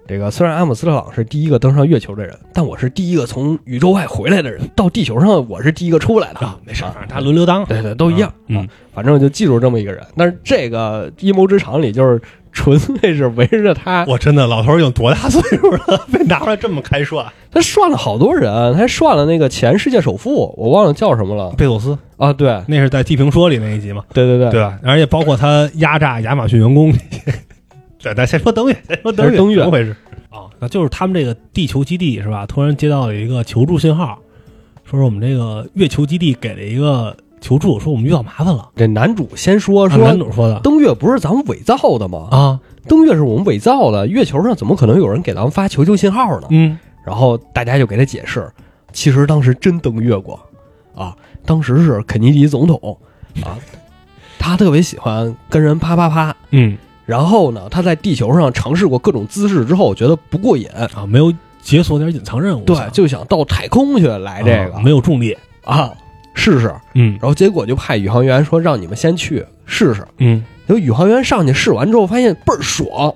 这个虽然阿姆斯特朗是第一个登上月球的人，但我是第一个从宇宙外回来的人，到地球上我是第一个出来的啊，没事儿，反正他啊轮流当，对对，都一样。嗯啊，反正我就记住这么一个人。但是这个阴谋之场里，就是纯粹是围着他，嗯我真的老头儿已经多大岁数了， 被拿出来这么开涮？他涮了好多人，他还涮了那个前世界首富，我忘了叫什么了贝佐斯啊？对那是在《地平说》里那一集嘛，对对对，对吧？而且包括他压榨亚马逊员工那 些。对，咱先说登月，先说登还是月，登月怎么回事？啊，那就是他们这个地球基地是吧？突然接到了一个求助信号，说是我们这个月球基地给了一个求助，说我们遇到麻烦了。这男主先说按说啊男。主说的登月不是咱们伪造的吗？啊，登月是我们伪造的，月球上怎么可能有人给咱们发求救信号呢？嗯，然后大家就给他解释，其实当时真登月过，啊，当时是肯尼迪总统，啊，他特别喜欢跟人啪啪啪。嗯然后呢，他在地球上尝试过各种姿势之后，觉得不过瘾，啊，没有解锁点隐藏任务，我哎对，想就想到太空去来这啊个没有重力，啊，试试。然嗯后结果就派宇航员说让你们先去试试。嗯，结果宇航员上去试完之后，发现倍儿爽，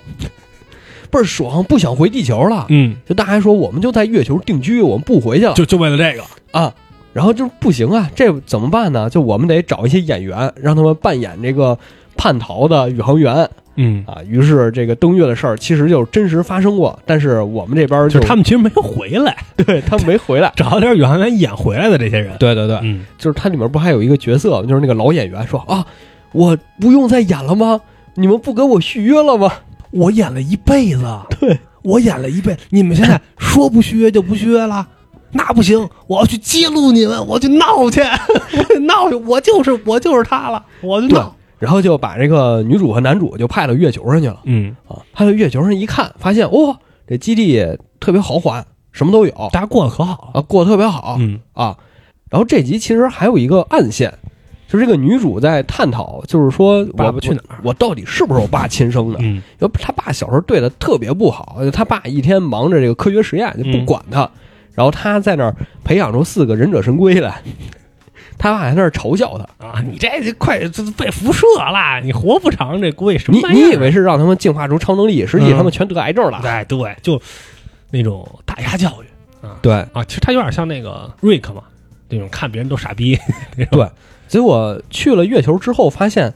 倍儿爽，不想回地球了。嗯，就大家说我们就在月球定居，我们不回去了。就就为了这个，啊，然后就不行啊，这怎么办呢？就我们得找一些演员，让他们扮演这个叛逃的宇航员嗯，啊。于是这个登月的事儿其实就是真实发生过，但是我们这边就是就他们其实没有回来，。对 他们没回来找点宇航员演回来的这些人。对对对，嗯，就是它里面不还有一个角色，就是那个老演员说啊，我不用再演了吗？你们不跟我续约了吗？我演了一辈 子，对我演了一辈，你们现 在说不续约就不续约了，那不行，我要去揭露你们，我去闹 去，我去闹去，我就是我就是他了，我就对闹。，然后就把这个女主和男主就派到月球上去了嗯，啊。派到月球上一看，发现哦，这基地特别豪华，什么都有大家过得可好了。啊，过得特别好。嗯啊。然后这集其实还有一个暗线，就是这个女主在探讨，就是说爸我爸去哪儿，我到底是不是我爸亲生的？嗯因为她爸小时候对她特别不好，她爸一天忙着这个科学实验就嗯不管她，然后她在那儿培养出四个忍者神龟来，她爸还在那儿嘲笑她。啊，你这就快就被辐射了，你活不长这龟什么你玩意儿？啊你以为是让他们净化出超能力，实际嗯他们全得癌症了。哎，对，就那种打压教育对啊，其实他有点像那个瑞克嘛，那种看别人都傻逼，对，结果去了月球之后发现，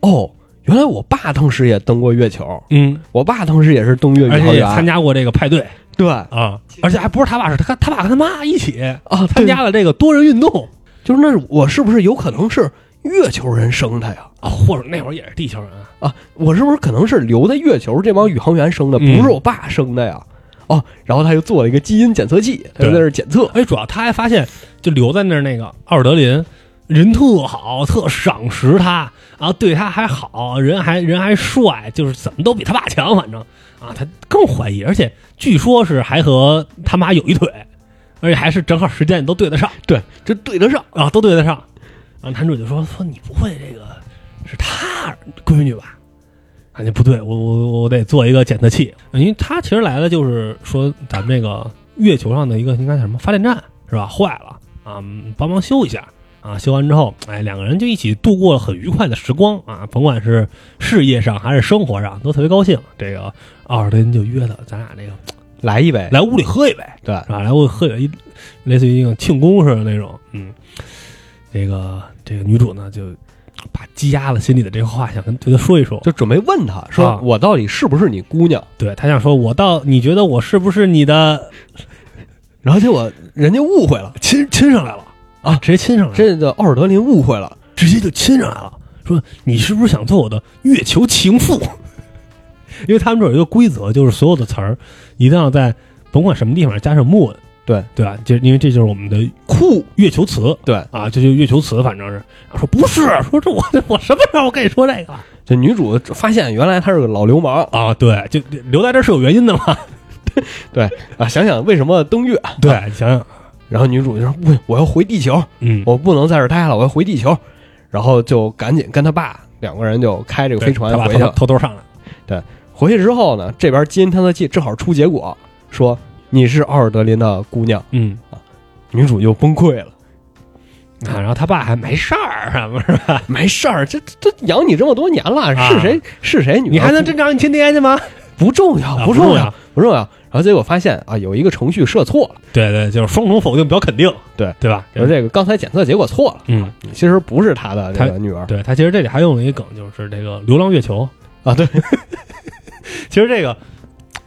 哦，原来我爸当时也登过月球，嗯，我爸当时也是登月宇 而航且也员，参加过这个派对对啊，啊，而且还不是他爸，是他他爸和他妈一起对参加了这个多人运动。就是那我是不是有可能是月球人生他呀？啊，或者那会儿也是地球人啊，啊，我是不是可能是留在月球这帮宇航员生的，不嗯是我爸生的呀？哦，然后他就做了一个基因检测器，他就在那儿检测。哎，主要他还发现，就留在那儿那个奥尔德林人特好，特赏识他，然后对他还好，人还人还帅，就是怎么都比他爸强，反正啊，他更怀疑，而且据说是还和他妈有一腿，而且还是正好时间都对得上对，这对得上。啊，都对得上。然后男主就说说你不会这个是他闺女吧？啊，你不对，我我我得做一个检测器，因为他其实来了就是说咱们这个月球上的一个应该叫什么发电站是吧？坏了啊，嗯帮忙修一下啊。修完之后，哎，两个人就一起度过了很愉快的时光啊，甭管是事业上还是生活上，都特别高兴。这个奥尔登就约他，咱俩这个来一杯，来屋里喝一杯。对，啊，然后喝有一类似于一种庆功似的那种，嗯，这个这个女主呢就把积压了心里的这个话想跟对她说一说，就准备问他说啊：“我到底是不是你姑娘对她想说，我到你觉得我是不是你的？”然后结果人家误会了，亲亲上来了啊直接亲上来了，这个奥尔德林误会了。直接就亲上来了，说你是不是想做我的月球情妇？ 因为他们这儿有一个规则，就是所有的词儿一定要在甭管什么地方加上木文，对对吧？就因为这就是我们的酷，月球词，对，啊，这就月球词，反正是然后说不是，说这我我什么时候跟你说这个这女主发现原来她是个老流氓啊？对，就留在这儿是有原因的嘛？啊，想想为什么登月？啊对，啊你想想，然后女主就说：“不，我要回地球，嗯，我不能在这儿待了，我要回地球。”然后就赶紧跟他爸两个人就开这个对飞船他把回去偷了。偷偷上来，回去之后呢，这边基因探测器正好出结果，说你是奥尔德林的姑娘，嗯女主就崩溃了。啊，然后他爸还没事儿什么是吧？没事儿，这这这养你这么多年了，啊是谁是谁女儿？ 你还能真让你亲爹去吗？不重要，啊不不重重要，不重要。然后结果发现啊，有一个程序设错了，对对，就是双重否定表肯定，对对吧？说这个刚才检测结果错了，嗯，其实不是她的这个女儿对他其实这里还用了一个梗，就是这个《流浪月球啊，对》，其实这个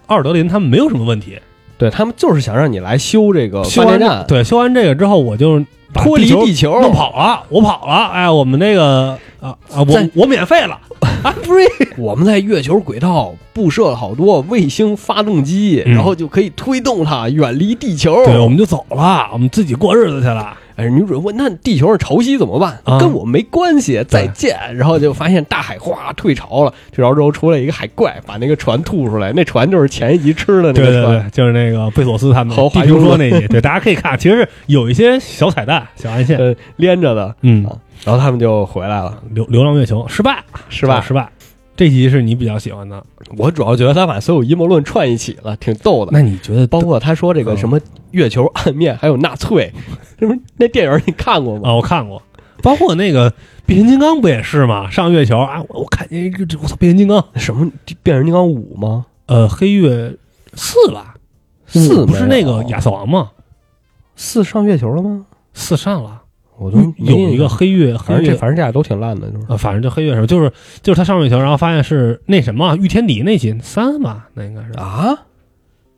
奥尔德林他们没有什么问题，对，他们就是想让你来修这个修发完电站，对，修完这个之后我就把脱离球地球，弄跑了，我跑了，哎，我们那个啊啊，我在哦我免费了，I'm free。我们在月球轨道布设了好多卫星发动机，嗯然后就可以推动它远离地球。对，我们就走了，我们自己过日子去了。哎，女主人问：“那地球上潮汐怎么办？啊跟我没关系，再见。”然后就发现大海哗退潮了，退潮之后出来一个海怪，把那个船吐出来，那船就是前一集吃的那对个对船。对，就是那个贝索斯他们豪地华平说游轮那集，对，大家可以看，其实是有一些小彩蛋、小暗线。呃，连着的，嗯，然后他们就回来了，流流浪月球失败，啊是吧？失败。这集是你比较喜欢的，我主要觉得他把所有阴谋论串一起了，挺逗的。那你觉得包括他说这个嗯什么月球暗面，还有纳粹，这不是那电影你看过吗？啊？我看过，包括那个变形金刚不也是吗？上月球啊，我我看见一个，这我操，变形金刚，什么变形金刚五吗？呃，黑月四吧，四五不没是那有个亚瑟王吗？四上月球了吗？四上了。我都嗯没有一个，黑月，黑反正这月，反正这俩都挺烂的，就是呃，反正就黑月什么，就是就是他上月球，然后发现是那什么啊御天敌那集三吧，那应该是，啊，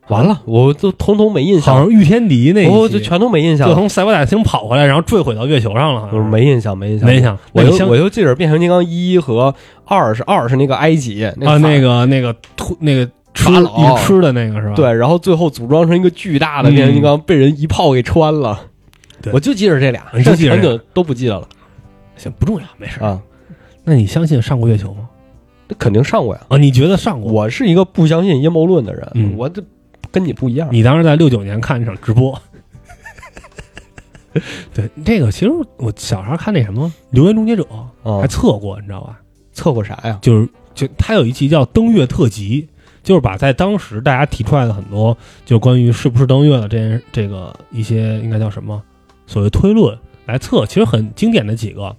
完了，我都统统没印好象，像御天敌那一集，我就全都没印象就了，从塞伯坦星跑回来，然后坠毁到月球上了，好我像是没印象，没印象，没印。象。我那你就相我就记着变形金刚一和二是二是那个埃及啊，法那个那个吐那个吃法老一直吃的那个是吧？，对，然后最后组装成一个巨大的变形金刚，被人一炮给穿了。嗯对我就记着这俩，你就记着剩下这全就都不记得了行，不重要，没事。啊。那你相信上过月球吗？那肯定上过呀。啊，你觉得上过？我是一个不相信阴谋论的人，嗯我这跟你不一样。你当时在六九年看一场直播。 对，这个其实我小时候看那什么《流言终结者》啊还测过，你知道吧？测过啥呀？就是就他有一集叫《登月特辑》，就是把在当时大家提出来的很多就关于是不是登月的这件这个一些应该叫什么所谓推论来测，其实很经典的几个，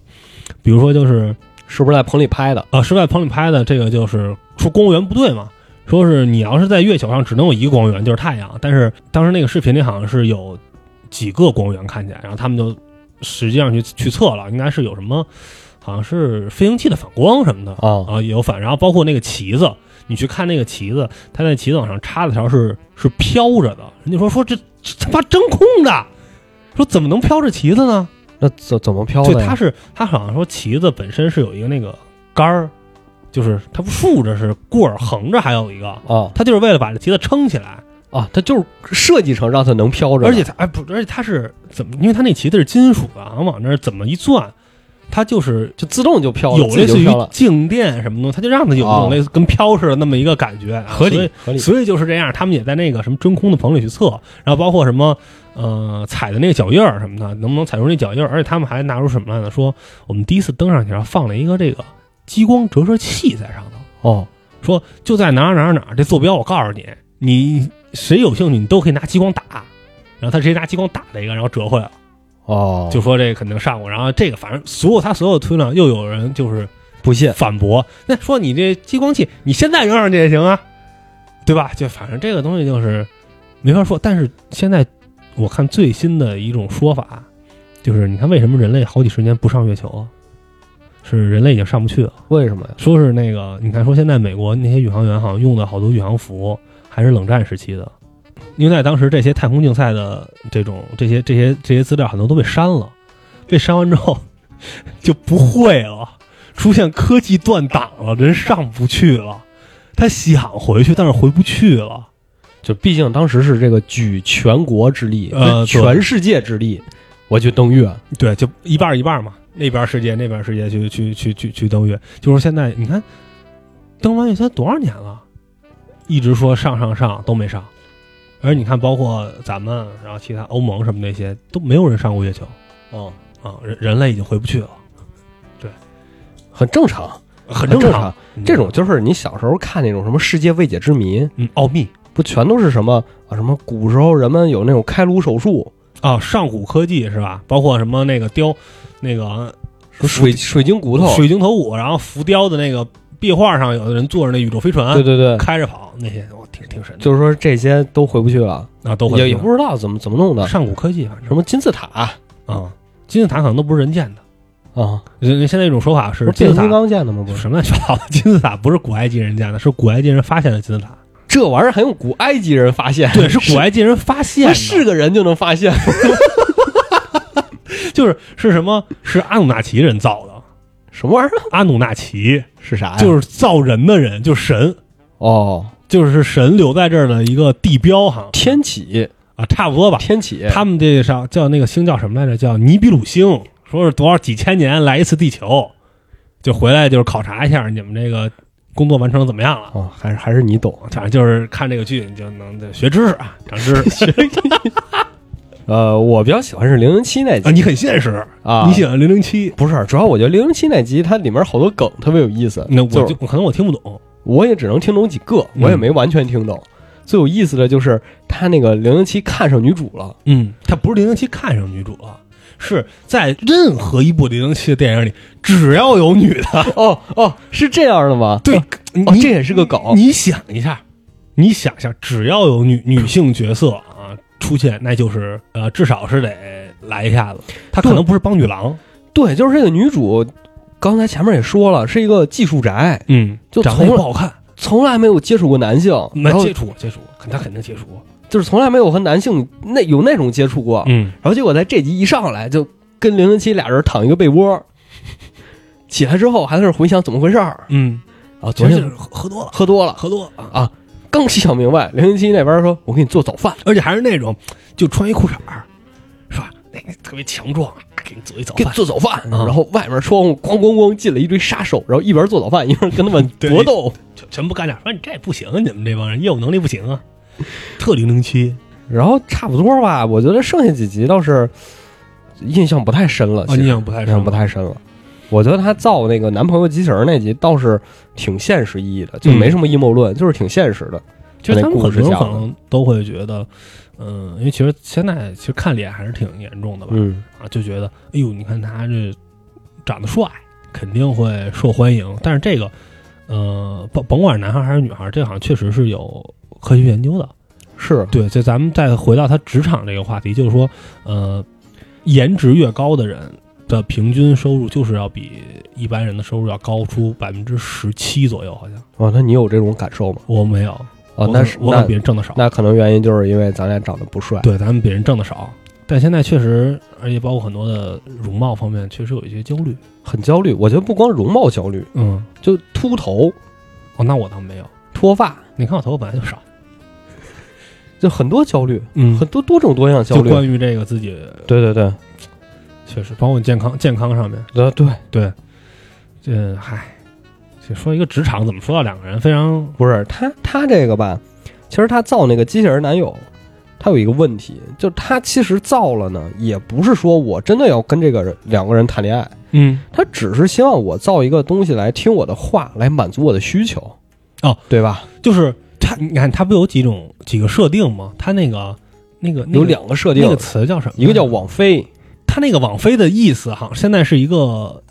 比如说就是是不是在棚里拍的？啊，室外棚里拍的这个就是说光源不对嘛，说是你要是在月球上只能有一个光源，就是太阳。但是当时那个视频里好像是有几个光源看起来，然后他们就实际上去去测了，应该是有什么，好像是飞行器的反光什么的啊啊，也有反。然后包括那个旗子，你去看那个旗子，它在旗子往上插的条是是飘着的。人家说说这这他妈真空的，说怎么能飘着旗子呢？那怎怎么飘就的呀？它是它好像说旗子本身是有一个那个杆儿，就是它不竖着是棍儿，横着还有一个，啊它就是为了把这旗子撑起来。啊，它就是设计成让它能飘着，而且它哎不，而且它是怎么？因为它那旗子是金属的，啊，往那儿怎么一攥，它就是就自动就飘了，有自己类就似于飘了，静电什么东西，它就让它有那哦种类似跟飘似的那么一个感觉，啊合所理以合理。所以就是这样，他们也在那个什么真空的棚里去测，然后包括什么呃踩的那个脚印儿什么的，能不能踩出那脚印儿？而且他们还拿出什么来呢？说我们第一次登上去，然后放了一个这个激光折射器在上头，哦说就在哪儿哪儿哪儿，这坐标我告诉你，你谁有兴趣你都可以拿激光打。然后他直接拿激光打了一个，然后折回来了，哦，就说这肯定上过。然后这个反正所有他所有的推论，又有人就是不信反驳，那说你这激光器，你现在扔上去也行啊，对吧？就反正这个东西就是没法说。但是现在我看最新的一种说法，就是你看为什么人类好几十年不上月球啊？是人类已经上不去了。为什么呀？说是那个，你看说现在美国那些宇航员好像用的好多宇航服还是冷战时期的，因为在当时这些太空竞赛的这种这些这些这些资料很多都被删了，被删完之后 就不会了，出现科技断档了，人上不去了。他想回去，但是回不去了。就毕竟当时是这个举全国之力，呃不是全世界之力，我去登月，对，就一半儿一半儿嘛，那边儿世界那边儿世界去去去去去登月，就是现在你看，登完月才多少年了，一直说上上上都没上，而你看包括咱们，然后其他欧盟什么那些都没有人上过月球哦，啊，人人类已经回不去了，很正常，很很正正常。。嗯这种就是你小时候看那种什么世界未解之谜，嗯奥秘不全都是什么啊？什么古时候人们有那种开颅手术，啊，上古科技是吧？包括什么那个雕，那个水水晶骨头，水晶头骨，然后浮雕的那个壁画上，有的人坐着那宇宙飞船对对对，开着跑，那些我挺挺神的。就是说这些都回不去了，啊，都会也也不知道怎么怎么弄的，上古科技，反正什么金字塔嗯啊，金字塔可能都不是人建的。啊，人人现在一种说法不是是金变字形金塔刚建的吗？不是，什么乱七八糟的，金 字塔不是古埃及人建的，是古埃及人发现的金字塔。这玩意儿还用古埃及人发现？对，是古埃及人发现他的，啊是个人就能发现，就是是什么？是阿努纳奇人造的。什么玩意儿？啊阿努纳奇是哎啥呀？就是造人的人，就是神，哦，就是神留在这儿的一个地标哈天启，啊，差不多吧。天启，他们这上叫那个星叫什么来着？叫尼比鲁星，说是多少几千年来一次地球，就回来就是考察一下你们这个工作完成得怎么样了。哦，还是还是你懂。反正就是看这个剧，你就能就学知识啊，长知识呃，我比较喜欢是零零七那啊。集你很现实，啊，你喜欢零零七，不是？主要我觉得零零七那集它里面好多梗特别有意思，那我就是就可能我听不懂我也只能听懂几个，嗯我也没完全听懂。最有意思的就是他那个零零七看上女主 了，嗯，他不是零零七看上女主了，是在任何一部零零七的电影里，只要有女 的，哦哦，是这样的吗？对哦，哦你这也是个梗你想一下，你想一下，只要有女女性角色啊出现，那就是呃，至少是得来一下子。她可能不是帮女郎，对，就是这个女主，刚才前面也说了，是一个技术宅，嗯，就长得也从不好看，从来没有接触过男性，没然后接触过，接触过，肯她肯定接触过，就是从来没有和男性那有那种接触过。嗯，然后结果在这集一上来就跟零零七俩人躺一个被窝，起来之后还在那儿回想怎么回事儿嗯，啊，昨昨天天喝喝多了，喝多了，喝多了啊，刚想明白，零零七那边说我给你做早饭。而且还是那种就穿一裤衩儿，是吧？那个特别强壮，啊，给你做一早给饭。做早饭，啊然后外面窗户咣咣咣进了一堆杀手，然后一边做早饭一边跟他们对搏斗，全全部干掉，说你这不行，啊你们这帮人业务能力不行啊，特零零七然后差不多吧。我觉得剩下几集倒是印象不太深了，啊，其实印象不太印深象，不太深了。我觉得他造那个男朋友机器人那集倒是挺现实意义的，就嗯没什么阴谋论，就是挺现实的。其实他们那故很事多人讲可的，能都会觉得，嗯，因为其实现在其实看脸还是挺严重的吧，嗯，啊，就觉得，哎呦，你看他这长得帅，肯定会受欢迎。但是这个，呃，甭甭管男孩还是女孩，这好像确实是有科学研究的。是对，这咱们再回到他职场这个话题，就是说，呃，颜值越高的人的平均收入就是要比一般人的收入要高出百分之十七左右，好像哦，那你有这种感受吗？我没有，哦我，那可是我可那比人挣的少，那可能原因就是因为咱俩长得不帅，对，咱们比人挣的少，但现在确实，而且包括很多的容貌方面，确实有一些焦虑。很焦虑。我觉得不光容貌焦虑，嗯，就秃头、哦，那我倒没有。脱发，你看我头发本来就少，就很多焦虑，嗯很多多种多样焦就虑。关于这个自己，对对对，确实，包括健康健康上面，呃对，对，这嗨，就说一个职场怎么说到两个人非常，不是他他这个吧，其实他造那个机器人男友，他有一个问题，就他其实造了呢，也不是说我真的要跟这个人两个人谈恋爱，嗯，他只是希望我造一个东西来听我的话，来满足我的需求。哦，对吧？就是他，你看他不有几种几个设定吗？他那个那个、那个、有两个设定，那个词叫什么？一个叫网飞，他那个网飞的意思哈，现在是一个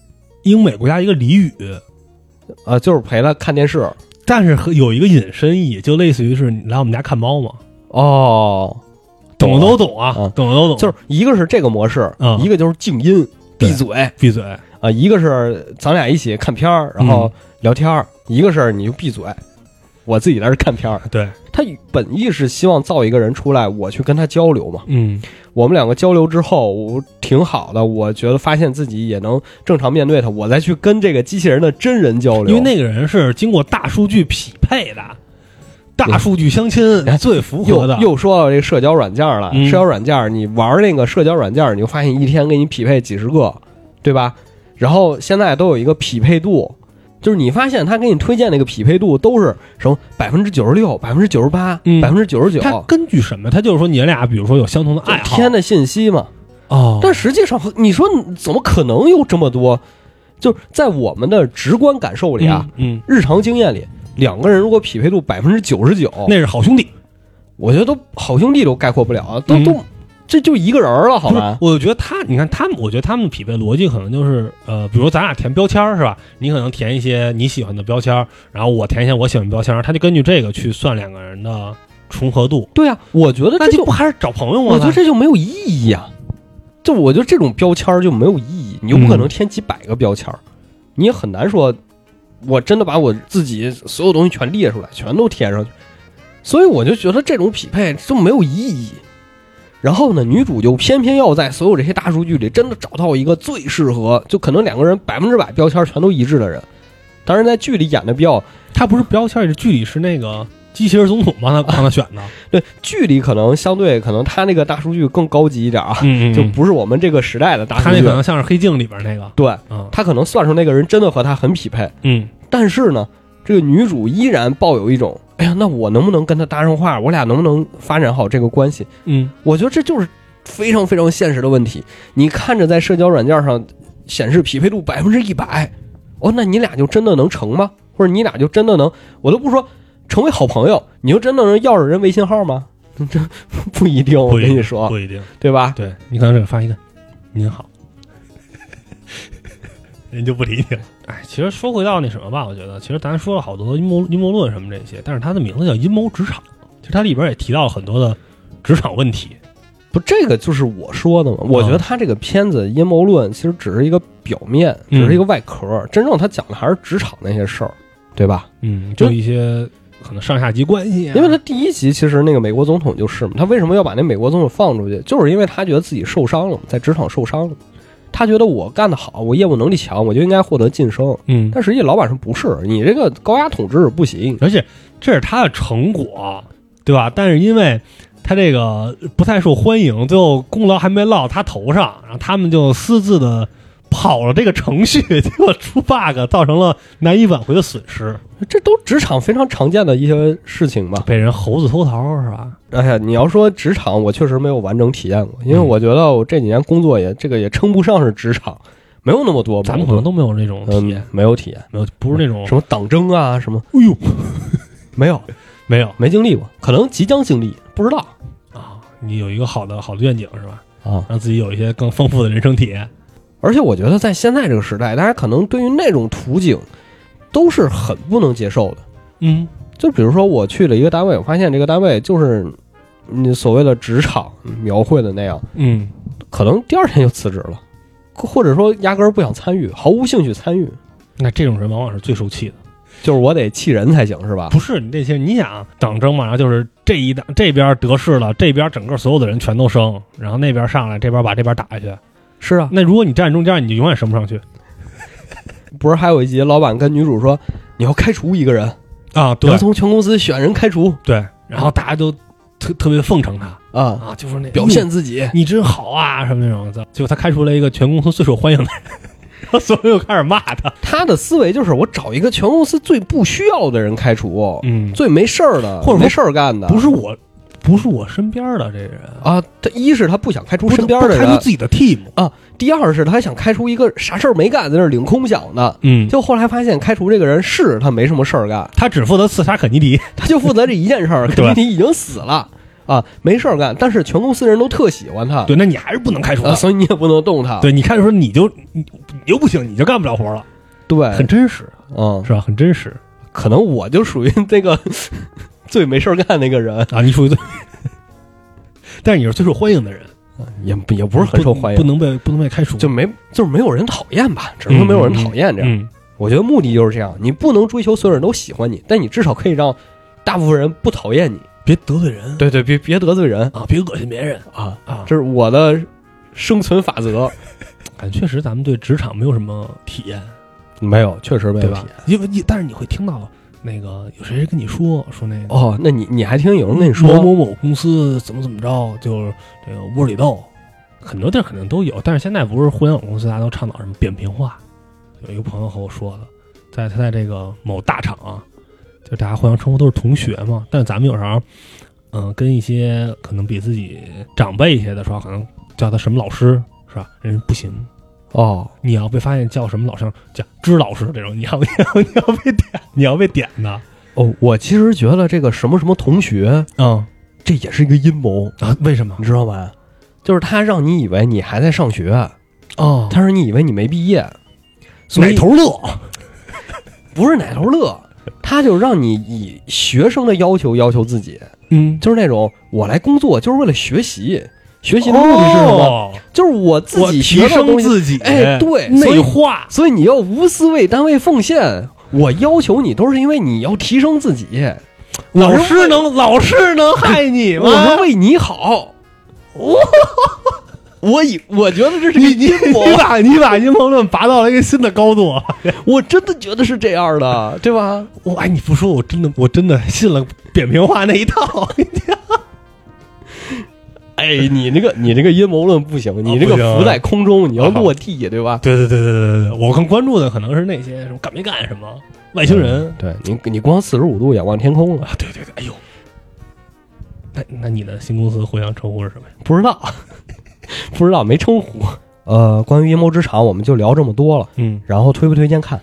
英美国家一个俚语，呃，就是陪他看电视。但是和有一个引申意，就类似于是你来我们家看猫嘛，哦，懂的了都懂啊，嗯懂的都懂，就是一个是这个模式，嗯一个就是静音对闭嘴啊、闭嘴，一个是咱俩一起看片儿，然后嗯聊天儿；一个是你就闭嘴，我自己在这看片儿。对，他本意是希望造一个人出来，我去跟他交流嘛。嗯我们两个交流之后，我挺好的，我觉得发现自己也能正常面对他，我再去跟这个机器人的真人交流。因为那个人是经过大数据匹配的，大对数据相亲哎最符合又的，又说到这个社交软件了，嗯社交软件，你玩那个社交软件，你就发现一天给你匹配几十个，对吧？然后现在都有一个匹配度，就是你发现他给你推荐那个匹配度都是什么百分之九十六、百分之九十八、嗯百分之九十九，他根据什么？他就是说你俩比如说有相同的爱好，天的信息嘛。哦，但实际上，你说怎么可能有这么多？就是在我们的直观感受里啊，嗯，嗯，日常经验里，两个人如果匹配度百分之九十九，那是好兄弟，我觉得都好兄弟都概括不了，啊都嗯都这就一个人了，好不是吧？我觉得他，你看他们，我觉得他们匹配逻辑可能就是，呃，比如咱俩填标签儿是吧？你可能填一些你喜欢的标签儿，然后我填一些我喜欢的标签儿，他就根据这个去算两个人的重合度。对啊，我觉得那这就就不还是找朋友吗？我觉得这就没有意义呀、就我觉得这种标签儿就没有意义，你又不可嗯能添几百个标签儿，你也很难说我真的把我自己所有东西全列出来，全都贴上去。所以我就觉得这种匹配就没有意义。然后呢，女主就偏偏要在所有这些大数据里，真的找到一个最适合，就可能两个人百分之百标签全都一致的人。当然，在剧里演的比较他不是标签儿，剧里是那个机器人总统帮他帮他选的。对，剧里可能相对可能他那个大数据更高级一点啊，嗯就不是我们这个时代的大他数那据可。能像是黑镜里边那个，对嗯他可能算出那个人真的和他很匹配，嗯，但是呢，这个女主依然抱有一种，哎呀，那我能不能跟他搭上话？我俩能不能发展好这个关系？嗯，我觉得这就是非常非常现实的问题。你看着在社交软件上显示匹配度百分之一百，哦，那你俩就真的能成吗？或者你俩就真的能，我都不说成为好朋友，你就真的能要着人微信号吗？ 这不一定，我不一跟定你说，不一定。对吧？ 对你可能是发一个“您好”， 人就不理你了。哎，其实说回到那什么吧，我觉得其实咱说了好多阴谋阴谋论什么这些，但是它的名字叫阴谋职场，其实它里边也提到了很多的职场问题。不，这个就是我说的嘛。我嗯觉得他这个片子阴谋论其实只是一个表面，嗯只是一个外壳，真正他讲的还是职场那些事儿，对吧？嗯，就一些可能上下级关系、啊，因为他第一集其实那个美国总统就是嘛，他为什么要把那美国总统放出去？就是因为他觉得自己受伤了，在职场受伤了。他觉得我干得好，我业务能力强，我就应该获得晋升。嗯，但实际老板说不是，你这个高压统治不行。而且这是他的成果，对吧？但是因为他这个不太受欢迎，最后功劳还没落他头上，然后他们就私自的跑了这个程序， 结果出 bug，造成了难以挽回的损失，这都职场非常常见的一些事情吧。被人猴子偷桃是吧？哎呀，你要说职场，我确实没有完整体验过，因为嗯我觉得我这几年工作也这个也称不上是职场，没有那么多矛咱盾。们可能都没有那种体验哦嗯，没有体验，没有，不是那种什么党争啊什么，哎呦，没有，没有没经历过，可能即将经历，不知道啊。你有一个好的好的愿景是吧？啊。让自己有一些更丰富的人生体验。而且我觉得在现在这个时代，大家可能对于那种图景都是很不能接受的。嗯就比如说我去了一个单位，我发现这个单位就是你所谓的职场描绘的那样，嗯，可能第二天就辞职了，或者说压根儿不想参与，毫无兴趣参与。那这种人往往是最受气的。就是我得气人才行是吧？不是你这些，你想党争嘛，然后就是这一党这边得势了，这边整个所有的人全都升，然后那边上来，这边把这边打下去。是啊，那如果你站中间，你就永远升不上去不是还有一集老板跟女主说你要开除一个人，啊。你要从全公司选人开除对，然后大家都特特别奉承他啊，啊，就说那表现自己。你真好啊什么那种的。结果他开除了一个全公司最受欢迎的人，然后所有人又开始骂他。他的思维就是我找一个全公司最不需要的人开除，嗯，最没事儿的，或者说没事儿干的。不是我，不是我身边的这人，啊，他一是他不想开除不是身边的不开人除，自己的啊 team。第二是他还想开除一个啥事儿没干，在那儿领空饷呢。嗯，就后来发现，开除这个人是他没什么事儿干，他只负责刺杀肯尼迪。他就负责这一件事儿。 对肯尼迪已经死了啊，没事儿干，但是全公司人都特喜欢他，对，那你还是不能开除他啊，。所以你也不能动他。对，你开始说你就你你就不行，你就干不了活了，很对，真实，嗯，是吧？很真实可能我就属于那个 最没事儿干那个人，啊，你属于最， 但是你是最受欢迎的人，也也不是很受欢不迎，能被不能被开除，就没就是没有人讨厌吧，只能说没有人讨厌这样。嗯，我觉得目的就是这样，你不能追求所有人都喜欢你，但你至少可以让大部分人不讨厌你。别得罪人对对，别别得罪人啊，别恶心别人啊！啊。这是我的生存法则。感哎觉确实咱们对职场没有什么体验，没有，确实没对有吧？因为你但是你会听到那个有谁跟你说说那个哦，那你你还听有人跟你说某某某公司怎么怎么着，就是这个窝里斗，很多地儿肯定都有。但是现在不是互联网公司大家都倡导什么扁平化？有一个朋友和我说的，在他在这个某大厂啊，就大家互相称呼都是同学嘛。但是咱们有时候，嗯、跟一些可能比自己长辈一些的时候，可能叫他什么老师是吧？人家不行，哦，你要被发现叫什么老师，叫支老师这种，你要你要你要被 点，你要被点的。哦，我其实觉得这个什么什么同学，嗯这也是一个阴谋，啊，为什么？你知道吧？就是他让你以为你还在上学，哦他让你以为你没毕业，所奶以头乐，不是奶头乐，他就让你以学生的要求要求自己，嗯，就是那种我来工作就是为了学习，学习的目的是什么？哦就是我自我己提学到升东西。自己，哎对所以内化，所以你要无私为单位奉献。我要求你都是因为你要提升自己，我是老师能老师能害你吗我？是为你好。我 我以我觉得这是个你你阴谋，你把你把阴谋论拔到了一个新的高度， 我真的觉得是这样的，对吧？我哎，你不说我真的我真的信了扁平化那一套，哎，你那个你那个阴谋论不行，你这不行个啊浮在空中，你要落地，对吧？对对对对对对对，我更关注的可能是那些什么干没干什么外星人，对你你光四十五度仰望天空了，啊，对对对，哎呦，那那你的新公司互相称呼是什么呀？不知道 不知道没称呼。呃，关于阴谋之场，我们就聊这么多了。嗯，然后推不推荐看？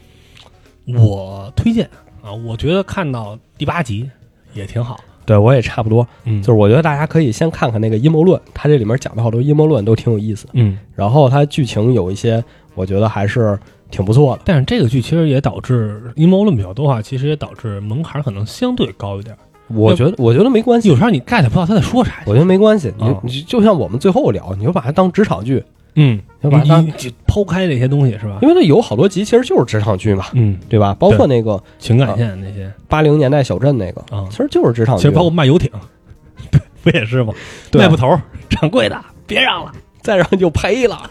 我推荐啊，我觉得看到第八集也挺好，对我也差不多，嗯就是我觉得大家可以先看看那个阴谋论，它这里面讲的好多阴谋论都挺有意思，嗯，然后它剧情有一些我觉得还是挺不错的。但是这个剧其实也导致阴谋论比较多的话，其实也导致门槛可能相对高一点，我觉得我觉得没关系，有时候你 get 不到他在说啥，我觉得没关系。你哦你就像我们最后聊，你就把它当职场剧，嗯，要把它你你就抛开这些东西是吧？因为它有好多集其实就是职场剧嘛，嗯，对吧？包括那个情感线那些八零年代小镇那个，啊啊其，实就是职场其剧实。包括卖游艇， 对，不也是吗？对卖布头儿，掌柜的，别让了。再让就赔了。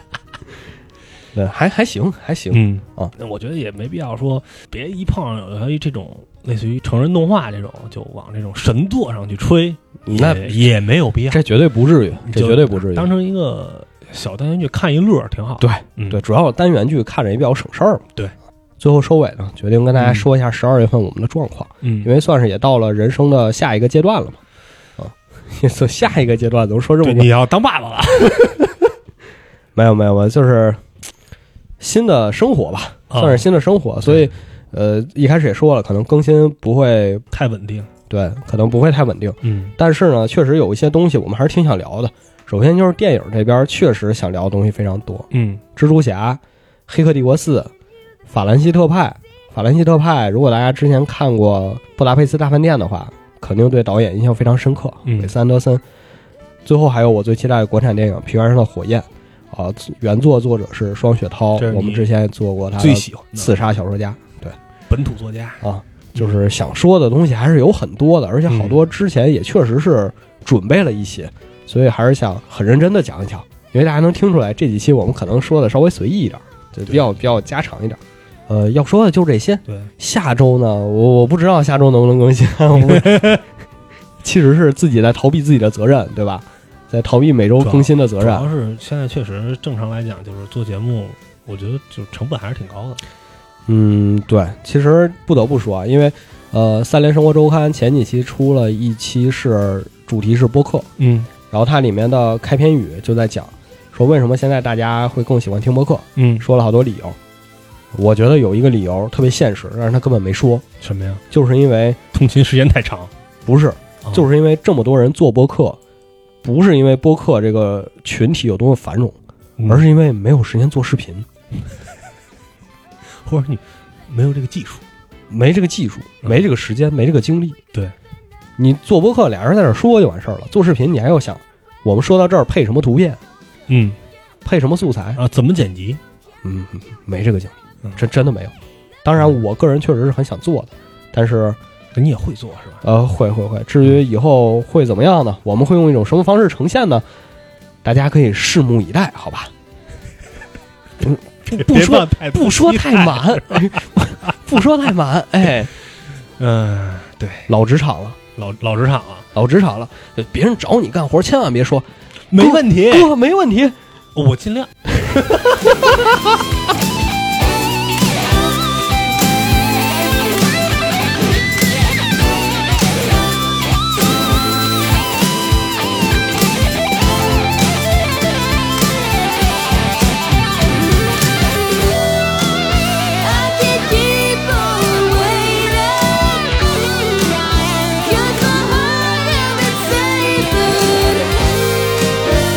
对，还还行，还行。嗯啊，那我觉得也没必要说，别一碰上有一这种类似于成人动画这种，就往这种神作上去吹，嗯那也也没有必要，这绝对不至于，这就绝对不至于。当成一个小单元剧看一乐儿挺好。对嗯对，主要单元剧看着也比较省事儿嘛。对，最后收尾呢，决定跟大家说一下十二月份我们的状况，嗯，因为算是也到了人生的下一个阶段了嘛。啊，也算下一个阶段，怎么说这对么你多？要当爸爸了没有没有，我就是新的生活吧，啊算是新的生活。所以，呃，一开始也说了，可能更新不会，太稳定。对，可能不会太稳定。嗯但是呢，确实有一些东西我们还是挺想聊的。首先就是电影这边确实想聊的东西非常多，嗯，蜘蛛侠、黑客帝国四、法兰西特派。法兰西特派，如果大家之前看过《布达佩斯大饭店》的话，肯定对导演印象非常深刻，嗯韦斯安德森。最后还有我最期待的国产电影《平原上的火焰》，啊，原作作者是双雪涛这是，你我们之前也做过他的最喜欢刺的杀小说家本土作家啊。就是想说的东西还是有很多的，而且嗯好多之前也确实是准备了一些，所以还是想很认真的讲一讲，因为大家能听出来这几期我们可能说的稍微随意一点，就比较比较家常一点。呃，要说的就这些。对，下周呢，我我不知道下周能不能更新，啊我 其实是自己在逃避自己的责任，对吧？在逃避每周更新的责主任。要是现在确实正常来讲，就是做节目，我觉得就成本还是挺高的。嗯，对，其实不得不说啊，因为呃，三联生活周刊前几期出了一期是主题是播客，嗯然后它里面的开篇语就在讲说为什么现在大家会更喜欢听播客，嗯，说了好多理由。我觉得有一个理由特别现实，但是他根本没说，什么呀？就是因为通勤时间太长，不是，啊就是因为这么多人做播客，不是因为播客这个群体有多么繁荣，嗯而是因为没有时间做视频，或者你没有这个技术。没这个技术，没这个时间，没这个精力。对，你做播客，俩人在那儿说就完事儿了。做视频，你还要想，我们说到这儿配什么图片，嗯配什么素材，啊，怎么剪辑？嗯，没这个精力嗯，真真的没有。当然，我个人确实是很想做的，但是你也会做是吧？呃，会会会。至于以后会怎么样呢？我们会用一种什么方式呈现呢？大家可以拭目以待，好 吧？不不别说乱拍不说太。满， 不说太满，哎，嗯，对，老职场了，老老职场啊，老职场了，别人找你干活，千万别说没问题，哥没问题，我尽量。 I can keep on waiting. Cause my heart isn't saving.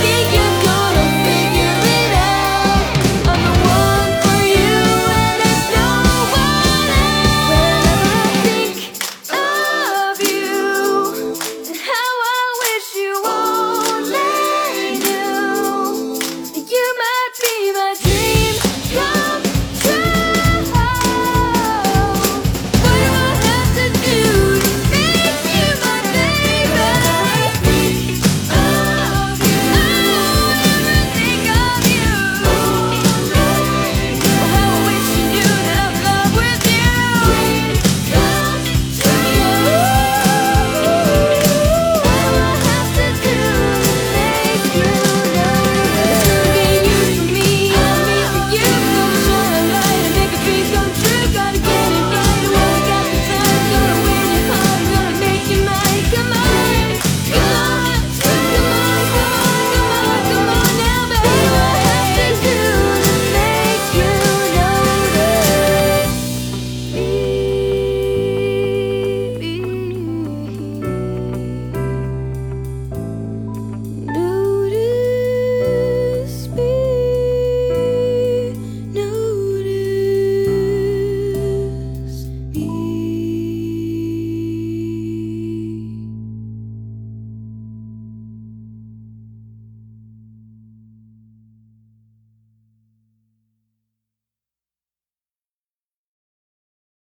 Think you're gonna figure it out? I'm the one for you, and there's no one else. Whenever I think of you, and how I wish you only knew, you might be my